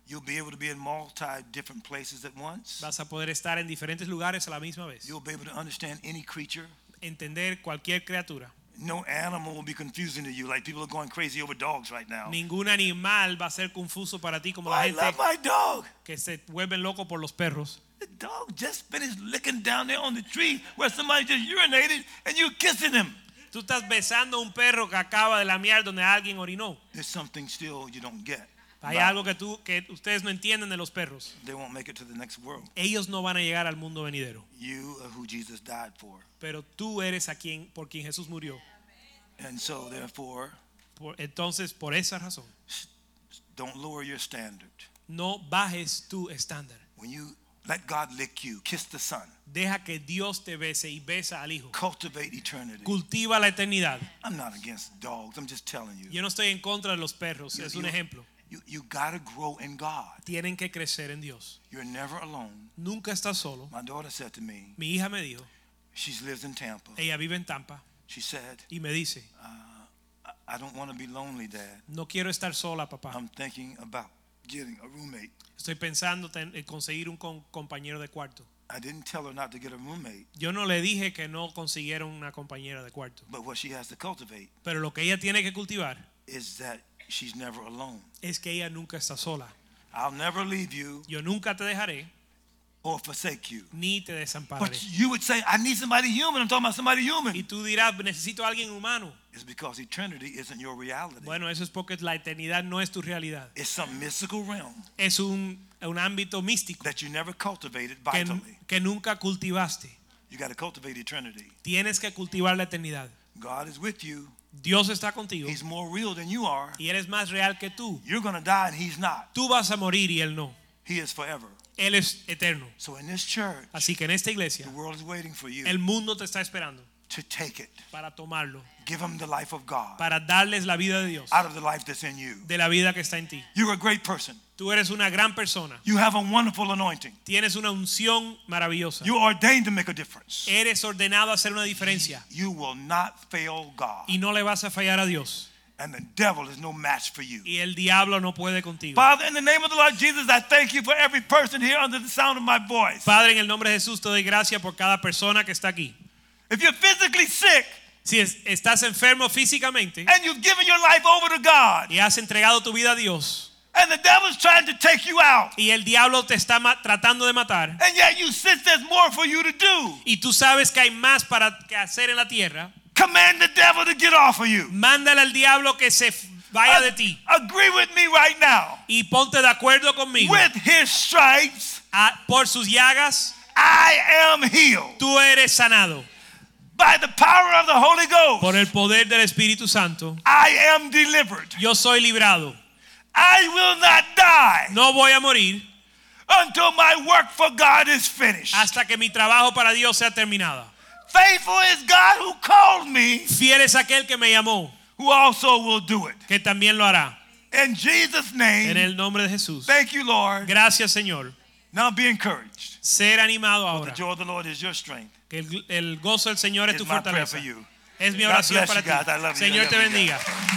Speaker 4: You'll be able to be in multi different places at once.
Speaker 3: vas a poder estar en diferentes lugares a la misma vez
Speaker 4: You'll be able to understand any creature.
Speaker 3: entender cualquier criatura
Speaker 4: No animal will be confusing to you. Like people are going crazy over dogs right now.
Speaker 3: ningún animal va a ser confuso para ti como la
Speaker 4: I
Speaker 3: gente
Speaker 4: love my dog.
Speaker 3: que se vuelven loco por los perros
Speaker 4: The dog just finished licking down there on the tree where somebody just urinated and you're kissing him.
Speaker 3: tú estás besando a un perro que acaba de lamear donde alguien orinó
Speaker 4: There's something still you don't get.
Speaker 3: hay
Speaker 4: about-
Speaker 3: algo que tú que ustedes no entienden de los perros
Speaker 4: They won't make it to the next world.
Speaker 3: ellos no van a llegar al mundo venidero
Speaker 4: You are who Jesus died for.
Speaker 3: pero tú eres a quien por quien Jesús murió
Speaker 4: And so, therefore,
Speaker 3: Por- entonces, por esa razón,
Speaker 4: don't lower your standard.
Speaker 3: no bajes tu estándar.
Speaker 4: When you Let God lick you. Kiss the Son.
Speaker 3: Deja que Dios te bese y besa al Hijo.
Speaker 4: Cultivate eternity.
Speaker 3: Cultiva la eternidad.
Speaker 4: I'm not against dogs. I'm just telling you.
Speaker 3: Yo no estoy en contra de los perros,
Speaker 4: You-
Speaker 3: es un
Speaker 4: you-
Speaker 3: ejemplo.
Speaker 4: You, you got to grow in God.
Speaker 3: Tienen que crecer en Dios.
Speaker 4: You're never alone.
Speaker 3: Nunca estás solo.
Speaker 4: My daughter said to me,
Speaker 3: Mi hija me dijo,
Speaker 4: she lives in Tampa.
Speaker 3: ella vive en Tampa
Speaker 4: She said, "Uh,
Speaker 3: y me dice,
Speaker 4: "I- I don't want to be lonely, Dad.
Speaker 3: no quiero estar sola, papá.
Speaker 4: I'm thinking about getting a roommate.
Speaker 3: Estoy pensando ten- en conseguir un con- compañero de cuarto.
Speaker 4: I didn't tell her not to get a roommate,
Speaker 3: Yo no le dije que no consiguiera una compañera de cuarto.
Speaker 4: but what she has to cultivate
Speaker 3: Pero lo que ella tiene que cultivar
Speaker 4: is that she's never alone.
Speaker 3: es que ella nunca está sola.
Speaker 4: I'll never leave you
Speaker 3: Yo nunca te dejaré
Speaker 4: or forsake you.
Speaker 3: ni te desampararé.
Speaker 4: But you would say, I need somebody human. I'm talking about somebody
Speaker 3: Y
Speaker 4: human.
Speaker 3: tú dirás, necesito a alguien humano.
Speaker 4: It's because eternity isn't your reality.
Speaker 3: Bueno, eso es porque la eternidad no es tu realidad.
Speaker 4: It's some mystical realm
Speaker 3: Es un, un ámbito místico
Speaker 4: that you never cultivated
Speaker 3: que,
Speaker 4: vitally.
Speaker 3: que nunca cultivaste.
Speaker 4: You got to cultivate eternity.
Speaker 3: Tienes que cultivar la eternidad.
Speaker 4: God is with you.
Speaker 3: Dios está contigo
Speaker 4: He's more real than you are.
Speaker 3: y eres más real que tú.
Speaker 4: You're going to die and he's not.
Speaker 3: Tú vas a morir y Él no.
Speaker 4: He is forever.
Speaker 3: Él es eterno.
Speaker 4: So in this church,
Speaker 3: Así que en esta
Speaker 4: the
Speaker 3: iglesia,
Speaker 4: world is waiting for you
Speaker 3: el mundo te está esperando
Speaker 4: to take it.
Speaker 3: para tomarlo,
Speaker 4: Give them the life of God
Speaker 3: para darles la vida de Dios,
Speaker 4: out of the life that's in you.
Speaker 3: de la vida que está en ti.
Speaker 4: You're a great person.
Speaker 3: Tú eres una gran persona.
Speaker 4: You have a wonderful anointing.
Speaker 3: Tienes una unción maravillosa.
Speaker 4: You're ordained to make a difference.
Speaker 3: Eres ordenado a hacer una diferencia
Speaker 4: You will not fail God.
Speaker 3: y no le vas a fallar a Dios.
Speaker 4: And the devil is no match for you.
Speaker 3: Y el diablo no puede contigo.
Speaker 4: Father, in the name of the Lord Jesus, I thank you for every person here under the sound of my voice.
Speaker 3: Padre, en el nombre de Jesús te doy gracias por cada persona que está aquí.
Speaker 4: If you're physically sick
Speaker 3: Si es- estás enfermo físicamente
Speaker 4: and you've given your life over to God
Speaker 3: y has entregado tu vida a Dios
Speaker 4: and the devil's trying to take you out,
Speaker 3: y el diablo te está ma- tratando de matar
Speaker 4: and yet you sense there's more for you to do,
Speaker 3: y tú sabes que hay más para que hacer en la tierra,
Speaker 4: command the devil to get off of you.
Speaker 3: mándale al diablo que se f- vaya de ti
Speaker 4: Ag- Agree with me right now.
Speaker 3: y ponte de acuerdo conmigo.
Speaker 4: With his stripes,
Speaker 3: Ah, por sus llagas
Speaker 4: I am healed.
Speaker 3: tú eres sanado.
Speaker 4: By the power of the Holy
Speaker 3: Por
Speaker 4: Ghost,
Speaker 3: el poder del Espíritu Santo,
Speaker 4: I am delivered.
Speaker 3: yo soy librado.
Speaker 4: I will not die
Speaker 3: No voy a morir
Speaker 4: until my work for God is finished.
Speaker 3: hasta que mi trabajo para Dios sea terminado.
Speaker 4: Faithful is God who called me,
Speaker 3: Fiel es aquel que me llamó,
Speaker 4: who also will do it.
Speaker 3: que también lo hará.
Speaker 4: In Jesus'
Speaker 3: En
Speaker 4: name,
Speaker 3: el nombre de Jesús.
Speaker 4: thank you, Lord.
Speaker 3: Gracias, Señor.
Speaker 4: Now be encouraged.
Speaker 3: Ser animado
Speaker 4: The
Speaker 3: ahora.
Speaker 4: joy of the Lord is your strength.
Speaker 3: Que el, el gozo del Señor es
Speaker 4: It's
Speaker 3: tu
Speaker 4: my prayer for
Speaker 3: fortaleza.
Speaker 4: you.
Speaker 3: Es mi
Speaker 4: God
Speaker 3: oración
Speaker 4: bless you
Speaker 3: para
Speaker 4: guys. I
Speaker 3: ti.
Speaker 4: love you. I
Speaker 3: Señor
Speaker 4: love
Speaker 3: te
Speaker 4: you
Speaker 3: bendiga.
Speaker 4: guys.